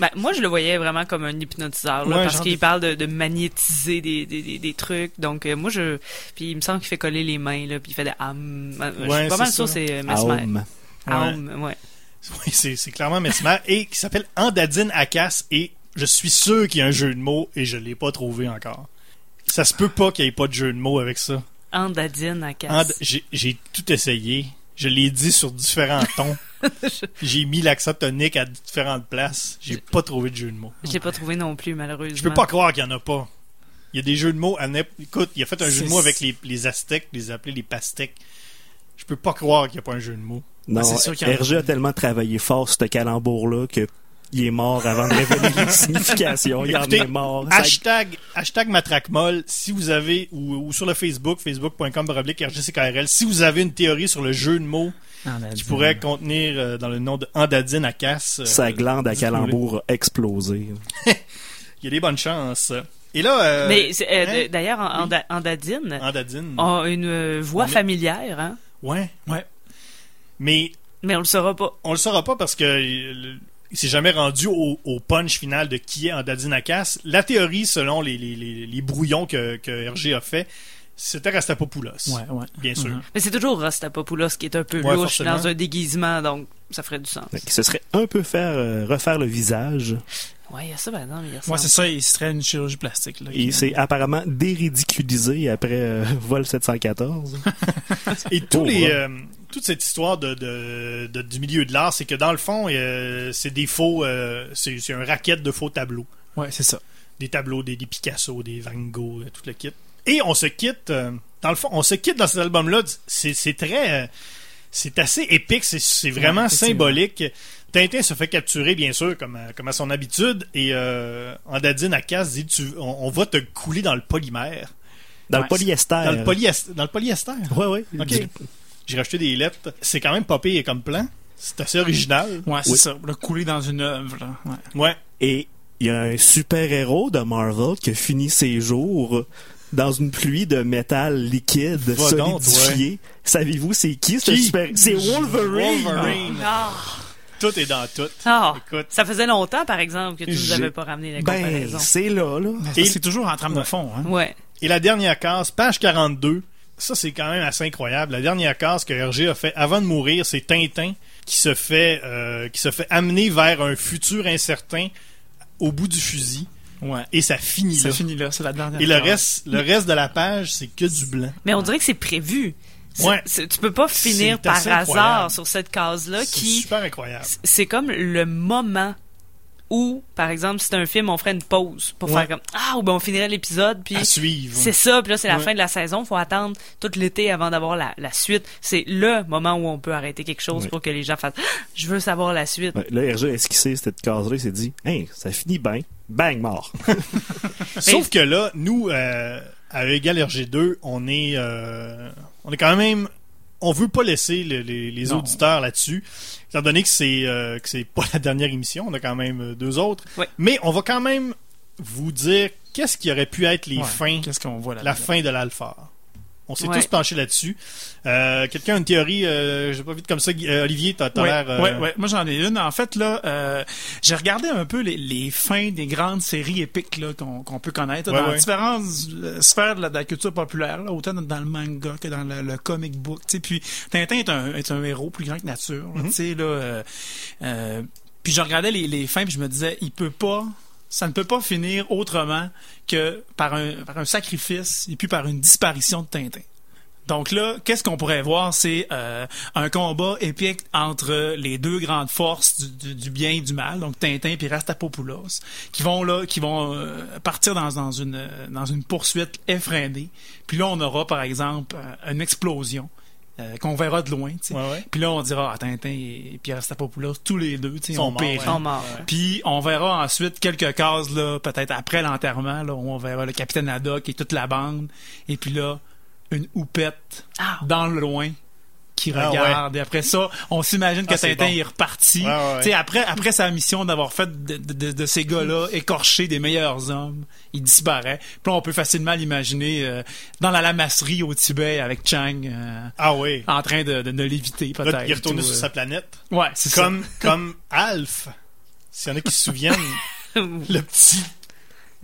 Speaker 6: Ben, moi, je le voyais vraiment comme un hypnotiseur, là,
Speaker 3: Ouais,
Speaker 6: parce
Speaker 3: genre
Speaker 6: qu'il
Speaker 3: de-
Speaker 6: parle de, de magnétiser des, des, des, des trucs. Donc, euh, moi, je. Puis, il me semble qu'il fait coller les mains, là, puis il fait des. Ah, mm, ah, je
Speaker 3: Ouais,
Speaker 6: suis pas mal
Speaker 3: c'est
Speaker 6: sûr,
Speaker 3: ça.
Speaker 6: c'est euh,
Speaker 5: Ah,
Speaker 6: Mesmer.
Speaker 5: homme.
Speaker 6: Ah,
Speaker 3: Ouais.
Speaker 6: hum, ouais.
Speaker 3: <laughs> Oui, c'est c'est clairement Mesmer et qui s'appelle Andadine Akas et je suis sûr qu'il y a un jeu de mots et je l'ai pas trouvé encore. Ça se peut pas qu'il n'y ait pas de jeu de mots avec ça.
Speaker 6: Andadine à casse.
Speaker 3: And- J'ai j'ai tout essayé. Je l'ai dit sur différents tons. J'ai mis l'accent tonique à différentes places. J'ai pas trouvé de jeu de mots.
Speaker 6: J'ai pas trouvé non plus, malheureusement.
Speaker 3: Je peux pas croire qu'il y en a pas. Il y a des jeux de mots à n'imp- Écoute, il a fait un jeu de
Speaker 4: C'est-
Speaker 3: mots avec les, les Aztèques, les appelés les Pastèques. Je peux pas croire qu'il n'y a pas un jeu de mots.
Speaker 5: Non,
Speaker 4: c'est sûr qu'il y en a-
Speaker 5: Hergé a tellement travaillé fort ce calembour-là que il est mort avant de révéler les significations. Il en
Speaker 3: Écoutez,
Speaker 5: est mort. Ça-
Speaker 3: Hashtag, hashtag matraquemol, si vous avez, ou, ou sur le Facebook, facebook.com baroblique RGCKRL, si vous avez une théorie sur le jeu de mots
Speaker 4: Ah, ben,
Speaker 3: qui pourrait contenir euh, dans le nom de Andadine à casse, euh,
Speaker 5: Sa glande à
Speaker 3: dites-nous-les.
Speaker 5: calembour a explosé.
Speaker 3: il y a des bonnes chances. Et là, euh,
Speaker 6: Mais c'est, euh,
Speaker 3: hein?
Speaker 6: d- d'ailleurs, en- Anda- Andadine
Speaker 3: Andadine.
Speaker 6: a une euh, voix
Speaker 3: On est-
Speaker 6: familière, hein,
Speaker 3: Ouais.
Speaker 4: Ouais.
Speaker 3: Mais
Speaker 6: mais on le saura pas.
Speaker 3: on le saura pas parce que euh, le- il s'est jamais rendu au, au punch final de qui est Andadine Akas. La théorie, selon les, les- les- les brouillons que, que RG a fait, c'était Rastapopoulos.
Speaker 4: Ouais, ouais.
Speaker 3: Bien sûr.
Speaker 4: Mhm.
Speaker 6: Mais c'est toujours Rastapopoulos qui est un peu
Speaker 3: Ouais,
Speaker 6: louche
Speaker 3: forcément.
Speaker 6: dans un déguisement, donc ça ferait du sens.
Speaker 5: Fait que Ce serait un peu faire euh, refaire le visage.
Speaker 6: Ouais, il y a ça, ben non, il y a ça.
Speaker 4: Ouais, c'est ça, il serait une chirurgie plastique. Là,
Speaker 5: Et c'est apparemment déridiculisé après euh,
Speaker 3: <laughs>
Speaker 5: vol 714.
Speaker 3: Et tous
Speaker 5: Pauvre
Speaker 3: les,
Speaker 5: homme.
Speaker 3: euh, toute cette histoire de, de- de- du milieu de l'art, c'est que dans le fond, euh, c'est des faux, euh, c'est c'est un racket de faux tableaux.
Speaker 4: Ouais, c'est ça.
Speaker 3: Des tableaux, des, des Picasso, des Van Gogh, euh, tout le kit. Et on se quitte, euh, dans le fond, on se quitte dans cet album-là. du- C'est c'est très, euh, c'est assez épique, c'est- c'est vraiment
Speaker 4: Ouais, effectivement.
Speaker 3: symbolique. Tintin se fait capturer, bien sûr, comme à, comme à son habitude, et euh, Andadine Akas dit tu, on, on va te couler dans le polymère.
Speaker 5: Dans
Speaker 4: Ouais,
Speaker 5: le polyester.
Speaker 4: Ah,
Speaker 3: Dans
Speaker 4: euh,
Speaker 3: le, polyest- dans le polyester.
Speaker 5: Ouais, ouais.
Speaker 3: Ok.
Speaker 5: Du-
Speaker 3: J'ai racheté des lettres. C'est quand même pas pire comme plan. C'est assez original.
Speaker 4: Ouais, c'est
Speaker 5: Oui.
Speaker 4: ça. Le couler dans une œuvre. là. Ouais.
Speaker 3: Ouais.
Speaker 5: Et il y a un super-héros de Marvel qui a fini ses jours dans une pluie de métal liquide
Speaker 3: Va donc,
Speaker 5: solidifié. Savez-vous c'est qui ce
Speaker 3: Qui?
Speaker 5: super C'est Wolverine. ben,
Speaker 3: Wolverine.
Speaker 6: Ah,
Speaker 3: Tout est dans tout.
Speaker 6: ah.
Speaker 3: Écoute.
Speaker 6: Ça faisait longtemps, par exemple, que tu nous
Speaker 5: J'ai-
Speaker 6: avais pas ramené la
Speaker 5: Ben,
Speaker 6: comparaison.
Speaker 5: c'est là, là.
Speaker 4: Mais
Speaker 3: Et-
Speaker 4: ça, C'est toujours en trame de fond. Hein.
Speaker 6: Ouais.
Speaker 3: Et la dernière case, page 42. Ça, c'est quand même assez incroyable. La dernière case que Hergé a fait avant de mourir, c'est Tintin qui se fait, euh, qui se fait amener vers un futur incertain au bout du fusil.
Speaker 4: Ouais.
Speaker 3: Et ça finit
Speaker 4: Ça
Speaker 3: là.
Speaker 4: finit là, c'est la dernière.
Speaker 3: Et le
Speaker 4: case.
Speaker 3: reste, le reste de la page, c'est que du blanc.
Speaker 6: Mais on dirait que c'est prévu. C'est-
Speaker 3: Ouais.
Speaker 6: c'est- tu peux pas finir
Speaker 3: C'est
Speaker 6: par
Speaker 3: assez
Speaker 6: hasard
Speaker 3: incroyable.
Speaker 6: sur cette case-là
Speaker 3: C'est
Speaker 6: qui,
Speaker 3: super incroyable.
Speaker 6: c'est comme le moment où, par exemple, si c'est un film, on ferait une pause pour faire comme Ah, ou ben on finirait l'épisode, puis
Speaker 3: À suivre.
Speaker 6: c'est ça, puis là, c'est la
Speaker 3: Ouais.
Speaker 6: fin de la saison. faut attendre tout l'été avant d'avoir la, la suite. C'est le moment où on peut arrêter quelque chose
Speaker 5: Oui.
Speaker 6: pour que les gens fassent Ah, Je veux savoir la suite.
Speaker 5: Ouais, Là, RG a esquissé cette case-là, il s'est dit, hein, ça finit bien. Bang, mort.
Speaker 3: Sauf que là, nous, euh, à E égale RG2, on est, euh, on est quand même. On veut pas laisser le- les, les
Speaker 4: Non.
Speaker 3: auditeurs là-dessus, étant donné que c'est euh, que c'est pas <laughs> la dernière émission, on a quand même euh, deux autres.
Speaker 6: Ouais.
Speaker 3: Mais on va quand même vous dire qu'est-ce qui aurait pu être les
Speaker 4: Ouais,
Speaker 3: fins,
Speaker 4: Qu'est-ce qu'on voit là
Speaker 3: la fin de l'alpha. On s'est
Speaker 6: Ouais.
Speaker 3: tous penchés là-dessus. Euh, Quelqu'un a une théorie, euh, j'ai pas vite comme ça, Guy- euh, Olivier, t'as t'as
Speaker 4: Ouais,
Speaker 3: l'air. euh,
Speaker 4: ouais, ouais. Moi, j'en ai une. En fait, là, euh, j'ai regardé un peu les, les fins des grandes séries épiques là, qu'on qu'on peut connaître là,
Speaker 3: Ouais,
Speaker 4: dans
Speaker 3: ouais.
Speaker 4: différentes euh, sphères de la, de la culture populaire, là, autant dans le manga que dans le, le comic book. tu sais. Puis Tintin est un, est un héros plus grand que nature.
Speaker 3: Mm-hmm.
Speaker 4: là, tu sais, là, euh, euh, puis je regardais les, les fins, puis je me disais, il peut pas... Ça ne peut pas finir autrement que par un, par un sacrifice et puis par une disparition de Tintin. Donc là, qu'est-ce qu'on pourrait voir? C'est euh, un combat épique entre les deux grandes forces du, du- du bien et du mal, donc Tintin et Rastapopoulos, qui vont là, qui vont euh, partir dans, dans une euh, dans une poursuite effrénée. Puis là, on aura par exemple euh, une explosion euh, qu'on verra de loin. tu sais.
Speaker 3: Ouais, ouais.
Speaker 4: Puis là, on dira ah, Tintin et Pierre Rastapopoulos, tous les deux, tu sais,
Speaker 3: Sont
Speaker 4: ont
Speaker 3: morts,
Speaker 4: péri.
Speaker 3: ouais.
Speaker 6: Ils sont morts.
Speaker 4: Puis on verra ensuite quelques cases là, peut-être après l'enterrement là, où on verra le capitaine Haddock et toute la bande et puis là une houppette
Speaker 6: Ah. <laughs>
Speaker 4: dans le loin qui
Speaker 3: Ah,
Speaker 4: regarde et après ça on s'imagine que
Speaker 3: Ah, c'est
Speaker 4: Tintin
Speaker 3: bon.
Speaker 4: est reparti
Speaker 3: Ouais, ouais, ouais.
Speaker 4: Tu sais, après après sa mission d'avoir fait de, de- de- de
Speaker 3: <laughs>
Speaker 4: ces gars-là écorcher des meilleurs hommes il disparaît puis là, on peut facilement l'imaginer euh, dans la lamasserie au Tibet avec Chang euh,
Speaker 3: Ah oui.
Speaker 4: en train de, de, de l'éviter peut-être
Speaker 3: Là, il est retourné
Speaker 4: ou,
Speaker 3: sur
Speaker 4: euh,
Speaker 3: sa planète.
Speaker 4: ouais c'est ça.
Speaker 3: Comme, comme Alf. S'il y en a qui se
Speaker 5: <laughs>
Speaker 3: souviennent. le petit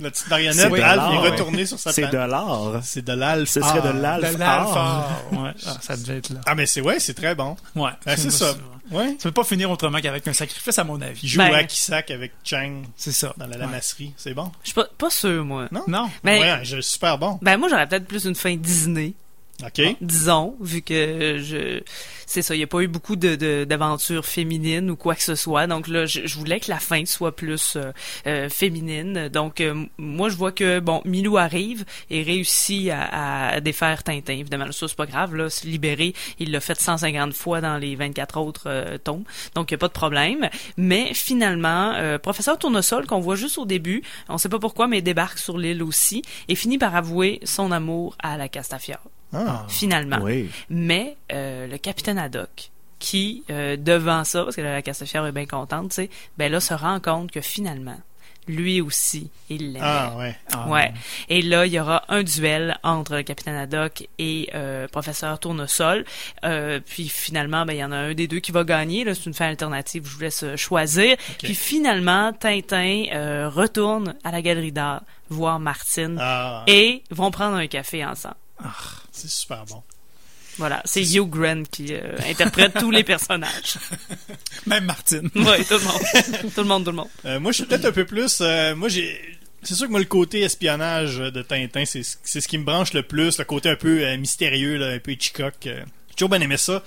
Speaker 3: la petite marionnette
Speaker 5: C'est de
Speaker 3: Alf
Speaker 5: l'art,
Speaker 3: est
Speaker 5: ouais.
Speaker 3: retourné sur sa
Speaker 5: C'est de
Speaker 3: planète.
Speaker 5: l'art.
Speaker 3: c'est de l'Alf
Speaker 5: Ce serait de l'alpha.
Speaker 4: De l'alpha.
Speaker 3: <laughs>
Speaker 4: Ouais, ah, ça devait être là.
Speaker 3: ah mais c'est ouais c'est très bon
Speaker 4: Ouais,
Speaker 3: Ben, c'est ça ouais
Speaker 4: <laughs> Tu peux pas finir autrement qu'avec un sacrifice, à mon
Speaker 3: il
Speaker 4: avis.
Speaker 3: joue
Speaker 6: Ben-
Speaker 3: à Kisak avec Chang
Speaker 4: C'est ça.
Speaker 3: dans la
Speaker 4: Ouais.
Speaker 3: lamasserie c'est bon
Speaker 6: Je suis pas, pas sûr, moi.
Speaker 3: non
Speaker 4: Non.
Speaker 6: Mais-
Speaker 3: ouais je- super bon
Speaker 6: Ben, moi, j'aurais peut-être plus une fin Disney.
Speaker 3: ok
Speaker 6: disons, vu que je c'est ça, il n'y a pas eu beaucoup de de- d'aventures féminines ou quoi que ce soit. Donc là, je, je voulais que la fin soit plus euh, euh, féminine. Donc euh, m- moi, je vois que bon, Milou arrive et réussit à, à défaire Tintin. Évidemment, ça c'est pas grave là, se libérer, il l'a fait 150 fois dans les 24 autres euh, tomes. Donc il y a pas de problème. Mais finalement, euh, professeur Tournesol qu'on voit juste au début, on sait pas pourquoi, mais débarque sur l'île aussi et finit par avouer son amour à la Castafiore
Speaker 3: Ah.
Speaker 6: finalement.
Speaker 5: Oui.
Speaker 6: Mais euh, le capitaine Haddock, qui, euh, devant ça, parce que la Castafiore est bien contente, tu sais, ben là, se rend compte que finalement, lui aussi, il l'aimait.
Speaker 3: ah ouais
Speaker 4: Ah.
Speaker 6: Ouais. Et là, il y aura un duel entre le capitaine Haddock et euh, professeur Tournesol. Euh, puis finalement, ben, il y en a un des deux qui va gagner. Là, c'est une fin alternative. Je vous laisse euh, choisir. Puis finalement, Tintin euh, retourne à la galerie d'art voir Martine
Speaker 3: ah
Speaker 6: et vont prendre un café ensemble.
Speaker 3: c'est super bon
Speaker 6: Voilà, c'est Hugh Grant qui euh, interprète tous les personnages.
Speaker 4: Même Martine.
Speaker 6: Oui, tout le monde. <laughs> tout le monde, tout le monde.
Speaker 3: Euh, moi je suis peut-être un peu plus euh, moi j'ai c'est sûr que moi, le côté espionnage de Tintin, c'est ce c'est ce qui me branche le plus, le côté un peu euh, mystérieux, là, un peu Hitchcock. euh. J'ai toujours bien aimé ça.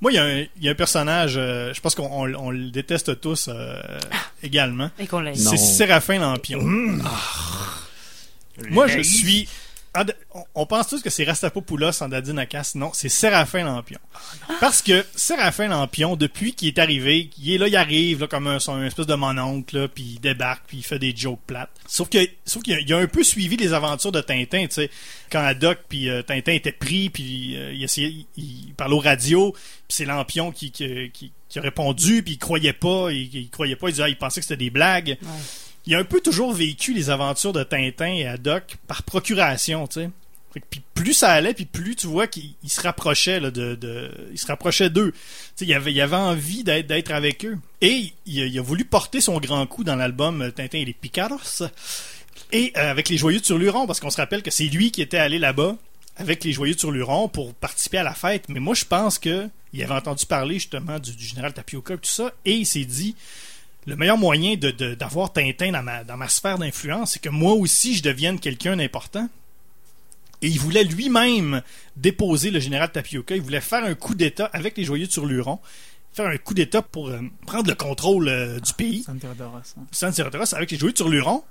Speaker 3: Moi, il y, a un- il y a un personnage, euh, je pense qu'on on- on le déteste tous euh, également.
Speaker 6: Et qu'on l'aime.
Speaker 5: Non.
Speaker 3: C'est Séraphin Lampion. Ah. Moi, je suis. en- on- On pense tous que c'est Rastapopoulos en Dadine à casse. Non, c'est Séraphin Lampion. Parce que Séraphin Lampion, depuis qu'il est arrivé, il est là, il arrive là, comme un, son- une espèce de mononcle, là, puis il débarque, puis il fait des jokes plates. Sauf que, sauf qu'il a, il a un peu suivi les aventures de Tintin, tu sais. Quand Haddock puis euh, Tintin était pris, puis euh, il essayait, il, il parlait aux radios, puis c'est Lampion qui, qui, qui- qui a répondu, puis il croyait pas, il, il croyait pas, il disait, ah, il pensait que c'était des blagues il a un peu toujours vécu les aventures de Tintin et Haddock par procuration, tu sais. Fait que Puis plus ça allait, puis plus tu vois qu'il il se rapprochait là, de, de, il se rapprochait d'eux. Tu sais, il avait, il avait envie d'être, d'être avec eux. Et il, a- il a voulu porter son grand coup dans l'album euh, Tintin et les Picaros. Et euh, avec les Joyeux Turlurons, parce qu'on se rappelle que c'est lui qui était allé là-bas avec les Joyeux Turlurons pour participer à la fête. Mais moi, je pense que il avait entendu parler justement du, du général Tapioca et tout ça, et il s'est dit le meilleur moyen de, de- d'avoir Tintin dans ma, dans ma sphère d'influence, c'est que moi aussi je devienne quelqu'un d'important. Et il voulait lui-même déposer le général Tapioca. Il voulait faire un coup d'État avec les joyeux Turlurons. faire un coup d'État pour euh, prendre le contrôle euh, du pays.
Speaker 4: San Theodoros, hein.
Speaker 3: San Cerroteros avec les jouets sur Luron.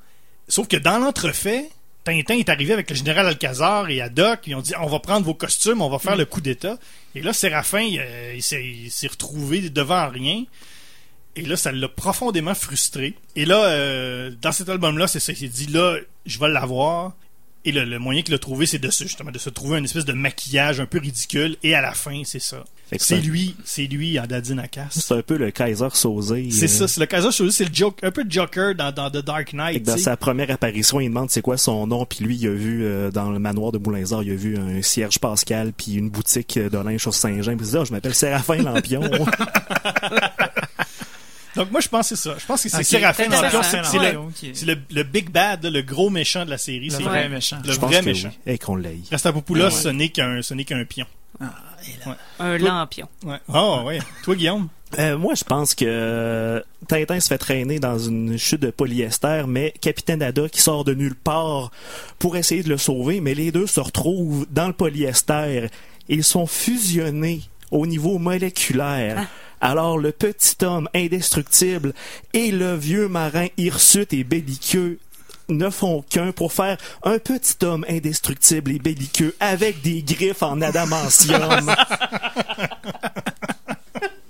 Speaker 3: Sauf que dans l'entrefait, Tintin est arrivé avec le général Alcazar et Haddock. Ils ont dit on va prendre vos costumes, on va faire le coup d'État. Et là, Séraphin, euh, il s'est il s'est retrouvé devant rien. Et là, ça l'a profondément frustré. Et là, euh, dans cet album-là, c'est ça. Il s'est dit là, je vais l'avoir. Et le, le moyen qu'il a trouvé, c'est de se, justement de se trouver une espèce de maquillage un peu ridicule. Et à la fin, c'est ça.
Speaker 5: Fait que
Speaker 3: C'est
Speaker 5: ça-
Speaker 3: lui, c'est lui en dadine à casse.
Speaker 5: C'est un peu le Kaiser Sosé.
Speaker 3: C'est
Speaker 5: euh,
Speaker 3: ça, c'est le cas c'est le joke, un peu de Joker dans, dans The Dark
Speaker 5: fait
Speaker 3: Knight.
Speaker 5: que dans
Speaker 3: tu sais.
Speaker 5: sa première apparition, il demande c'est quoi son nom, puis lui, il a vu euh, dans le manoir de Boulinzard, il a vu un cierge Pascal, puis une boutique euh, de linge sur Saint-Jean, puis il dit Ah, je m'appelle
Speaker 3: <laughs>
Speaker 5: Séraphin Lampion.
Speaker 3: Donc moi je pense que c'est ça. Je pense que Ah, c'est
Speaker 4: Ok,
Speaker 3: Séraphin
Speaker 4: peut-être
Speaker 3: Lampion,
Speaker 4: Séraphin
Speaker 3: c'est c'est le,
Speaker 4: Lampion, ok.
Speaker 3: c'est le, le big bad, le gros méchant de la série.
Speaker 4: Le
Speaker 3: c'est
Speaker 4: vrai méchant.
Speaker 3: Le
Speaker 5: je pense
Speaker 3: vrai
Speaker 5: que
Speaker 3: méchant.
Speaker 5: oui. Et qu'on l'aille.
Speaker 3: Rastapopoulos,
Speaker 4: Ouais.
Speaker 3: ce n'est qu'un ce n'est qu'un pion.
Speaker 6: Un lampion.
Speaker 3: Ouais. Oh ouais. Toi
Speaker 5: <laughs>
Speaker 3: Guillaume,
Speaker 5: Euh, moi, je pense que euh, Tintin se fait traîner dans une chute de polyester, mais Capitaine Haddock qui sort de nulle part pour essayer de le sauver, mais les deux se retrouvent dans le polyester. Ils sont fusionnés au niveau moléculaire. Alors, le petit homme indestructible et le vieux marin hirsute et belliqueux ne font qu'un pour faire un petit homme indestructible et belliqueux avec des griffes en adamantium.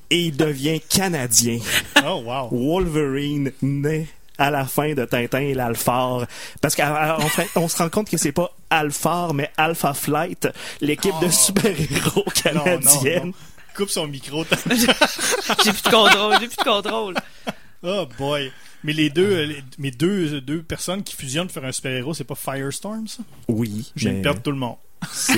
Speaker 5: et il devient canadien.
Speaker 3: oh wow.
Speaker 5: Wolverine naît à la fin de Tintin et l'Alphard. Parce qu'on on se rend compte que c'est pas Alphard, mais Alpha Flight, l'équipe de
Speaker 3: Oh.
Speaker 5: super-héros
Speaker 3: <laughs> Non, non,
Speaker 5: canadienne.
Speaker 3: non. Coupe son
Speaker 6: <laughs>
Speaker 3: micro. <laughs>
Speaker 6: J'ai plus de contrôle, j'ai plus de contrôle.
Speaker 3: oh boy. Mais les deux euh, les- mais deux deux personnes qui fusionnent pour faire un super-héros, c'est pas Firestorm ça
Speaker 5: Oui,
Speaker 3: Je viens de
Speaker 5: mais
Speaker 3: perdre tout le monde. <laughs>
Speaker 5: c'est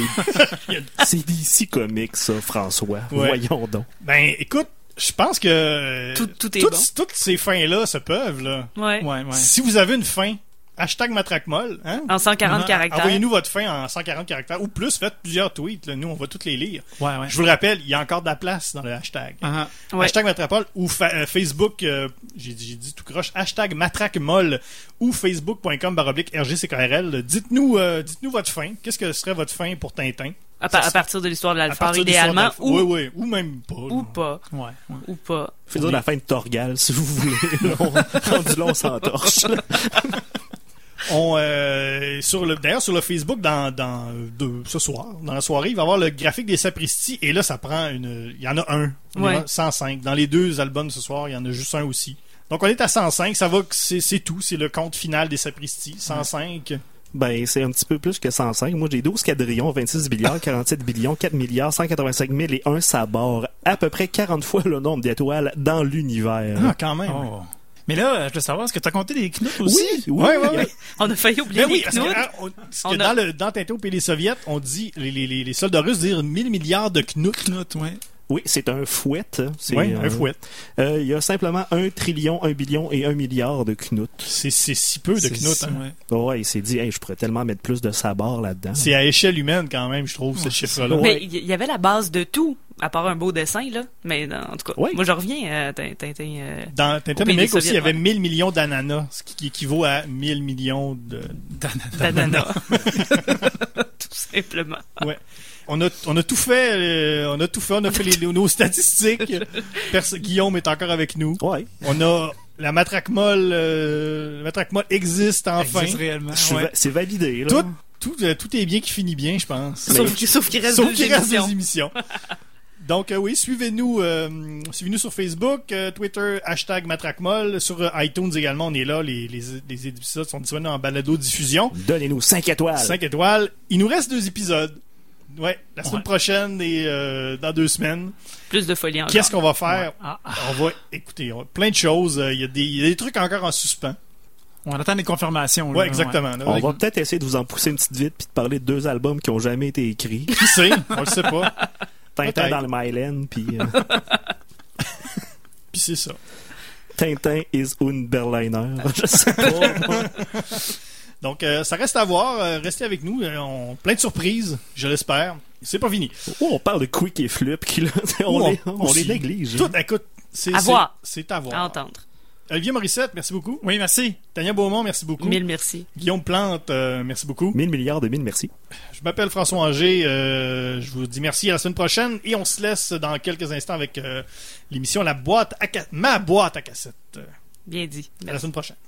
Speaker 5: c'est DC Comics, ça, François.
Speaker 3: Ouais.
Speaker 5: Voyons donc.
Speaker 3: Ben écoute, je pense que
Speaker 6: Tout- tout est
Speaker 3: toutes,
Speaker 6: bon.
Speaker 3: toutes ces fins là se peuvent là.
Speaker 6: Ouais.
Speaker 4: Ouais, ouais.
Speaker 3: Si vous avez une fin, hashtag matraquemolle, hein?
Speaker 6: En 140
Speaker 4: Ah,
Speaker 6: caractères.
Speaker 3: Envoyez-nous votre fin en 140 caractères ou plus, faites plusieurs tweets, là. nous on va toutes les lire.
Speaker 4: Ouais, ouais.
Speaker 3: Je vous le rappelle, il y a encore de la place dans le hashtag.
Speaker 4: Ah,
Speaker 6: Ouais.
Speaker 3: Hashtag Matrapole ou fa- euh, Facebook, euh, j'ai dit, j'ai dit tout croche, hashtag matraquemolle ou facebook.com baroblique RGCKRL. Dites-nous euh, dites-nous votre fin. Qu'est-ce que serait votre fin pour Tintin?
Speaker 6: À, pa- à partir de l'histoire de l'alphard,
Speaker 3: du soir
Speaker 6: idéalement,
Speaker 3: d'Alpha.
Speaker 6: ou,
Speaker 3: Oui, oui, ou même pas.
Speaker 6: ou
Speaker 3: là.
Speaker 6: pas.
Speaker 4: ouais, ouais.
Speaker 6: Ou pas.
Speaker 5: Faut dire la fin de Torgal, si vous voulez. <laughs> On- Rendu long sans torche.
Speaker 3: On, euh, sur le, d'ailleurs, sur le Facebook, dans, dans euh, de- ce soir, dans la soirée, il va y avoir le graphique des sapristi et là, ça prend une. Il y en a un. On
Speaker 6: Ouais.
Speaker 3: est à 105. Dans les deux albums ce soir, il y en a juste un aussi. Donc, on est à 105. Ça va, que c'est c'est tout. C'est le compte final des sapristi. 105.
Speaker 5: Ben, c'est un petit peu plus que 105. Moi, j'ai 12 quadrillons, 26
Speaker 3: <laughs>
Speaker 5: milliards, 47 billions, 4 milliards, 185 000 et un sabord. À peu près 40 fois le nombre d'étoiles dans l'univers.
Speaker 3: Ah, quand même.
Speaker 4: Oh. Mais là, euh, je veux savoir, est-ce que t'as compté les knouts aussi?
Speaker 5: oui, oui.
Speaker 3: Ouais, ouais, ouais.
Speaker 6: On a failli oublier
Speaker 3: Ben oui,
Speaker 6: les
Speaker 3: parce que,
Speaker 6: knouts.
Speaker 3: hein, on- parce que
Speaker 6: On a-
Speaker 3: dans, le, dans Tintin au pays des soviets, on dit, les, les, les, les soldats russes disent 1000 milliards de knouts.
Speaker 4: Knouts, ouais.
Speaker 5: Oui, c'est un fouet. C'est,
Speaker 3: Ouais, un
Speaker 5: euh,
Speaker 3: fouet.
Speaker 5: euh, Il y a simplement un trillion, un billion et un milliard de knouts.
Speaker 3: C'est c'est si peu de
Speaker 4: C'est-
Speaker 3: knouts.
Speaker 4: c'est-
Speaker 3: hein.
Speaker 4: ouais.
Speaker 5: Ouais, il s'est dit, hey, je pourrais tellement mettre plus de sabords là-dedans.
Speaker 3: C'est à échelle humaine, quand même, je trouve, ce chiffre-là.
Speaker 6: Mais il y- il y avait la base de tout, à part un beau dessin, là. Mais euh, en tout cas,
Speaker 5: Ouais.
Speaker 6: moi, je reviens à Tintin. euh,
Speaker 3: Dans
Speaker 6: Au
Speaker 3: Tintin
Speaker 6: pays
Speaker 3: numérique
Speaker 6: des
Speaker 3: aussi, il y avait
Speaker 6: Soviets,
Speaker 3: 1000 millions d'ananas, ce qui, qui équivaut à 1000 millions de...
Speaker 6: d'ananas. Tout simplement.
Speaker 3: On a, on a tout fait, euh, on a tout fait, on a fait les- nos statistiques. Perso- Guillaume est encore avec nous.
Speaker 5: Ouais.
Speaker 3: On a la matraque molle, euh, la matraque molle existe enfin.
Speaker 4: Existe réellement.
Speaker 5: Je suis
Speaker 4: ouais.
Speaker 5: va- C'est validé, là.
Speaker 3: Ah, Tout, tout, euh, tout est bien qui finit bien, je pense.
Speaker 6: Sauf, que- sauf qu'il reste
Speaker 3: Sauf
Speaker 6: deux
Speaker 3: qu'il reste
Speaker 6: émissions.
Speaker 3: des émissions. Donc euh, oui, suivez-nous, euh, suivez-nous sur Facebook, euh, Twitter, hashtag matraquemolle, sur euh, iTunes également, on est là, les, les, les épisodes sont disponibles en balado diffusion.
Speaker 5: Donnez-nous 5 étoiles.
Speaker 3: 5 étoiles. Il nous reste deux épisodes. Ouais, la semaine prochaine et euh, dans deux semaines.
Speaker 6: Plus de folie encore.
Speaker 3: Qu'est-ce qu'on va faire?
Speaker 4: Ah, ah.
Speaker 3: On va écouter on- plein de choses. Euh, Il y, a des- il y a des trucs encore en suspens.
Speaker 4: On attend les confirmations. là,
Speaker 3: Ouais, exactement. là.
Speaker 5: On va peut-être essayer de vous en pousser une petite vite puis de parler de deux albums qui ont jamais été
Speaker 3: <laughs>
Speaker 5: écrits.
Speaker 3: Qui sait? On le sait pas.
Speaker 5: Tintin
Speaker 3: Peut-être.
Speaker 5: dans le Myland, puis euh,
Speaker 3: Puis c'est ça.
Speaker 5: Tintin is un Berliner. Ah, <laughs> Je sais pas. moi.
Speaker 3: Donc, euh, ça reste à voir. Euh, restez avec nous. Euh, on- plein de surprises, je l'espère. C'est pas fini.
Speaker 5: Oh, on parle de Quick et Flip, qui là,
Speaker 3: Ou
Speaker 5: on, les, on
Speaker 3: aussi.
Speaker 5: les néglige.
Speaker 3: Tout, écoute, c'est
Speaker 6: À
Speaker 3: c'est-
Speaker 6: voir.
Speaker 3: C'est à voir.
Speaker 6: À entendre.
Speaker 3: Olivier Morissette, merci beaucoup.
Speaker 4: Oui, merci.
Speaker 3: Tania Beaumont, merci beaucoup.
Speaker 6: Mille merci.
Speaker 3: Guillaume Plante, euh, merci beaucoup.
Speaker 5: Mille milliards de mille merci.
Speaker 3: Je m'appelle François Angers. euh, je vous dis merci à la semaine prochaine et on se laisse dans quelques instants avec euh, l'émission La boîte à ca- ma boîte à cassette. Euh,
Speaker 6: Bien dit.
Speaker 3: À la semaine prochaine.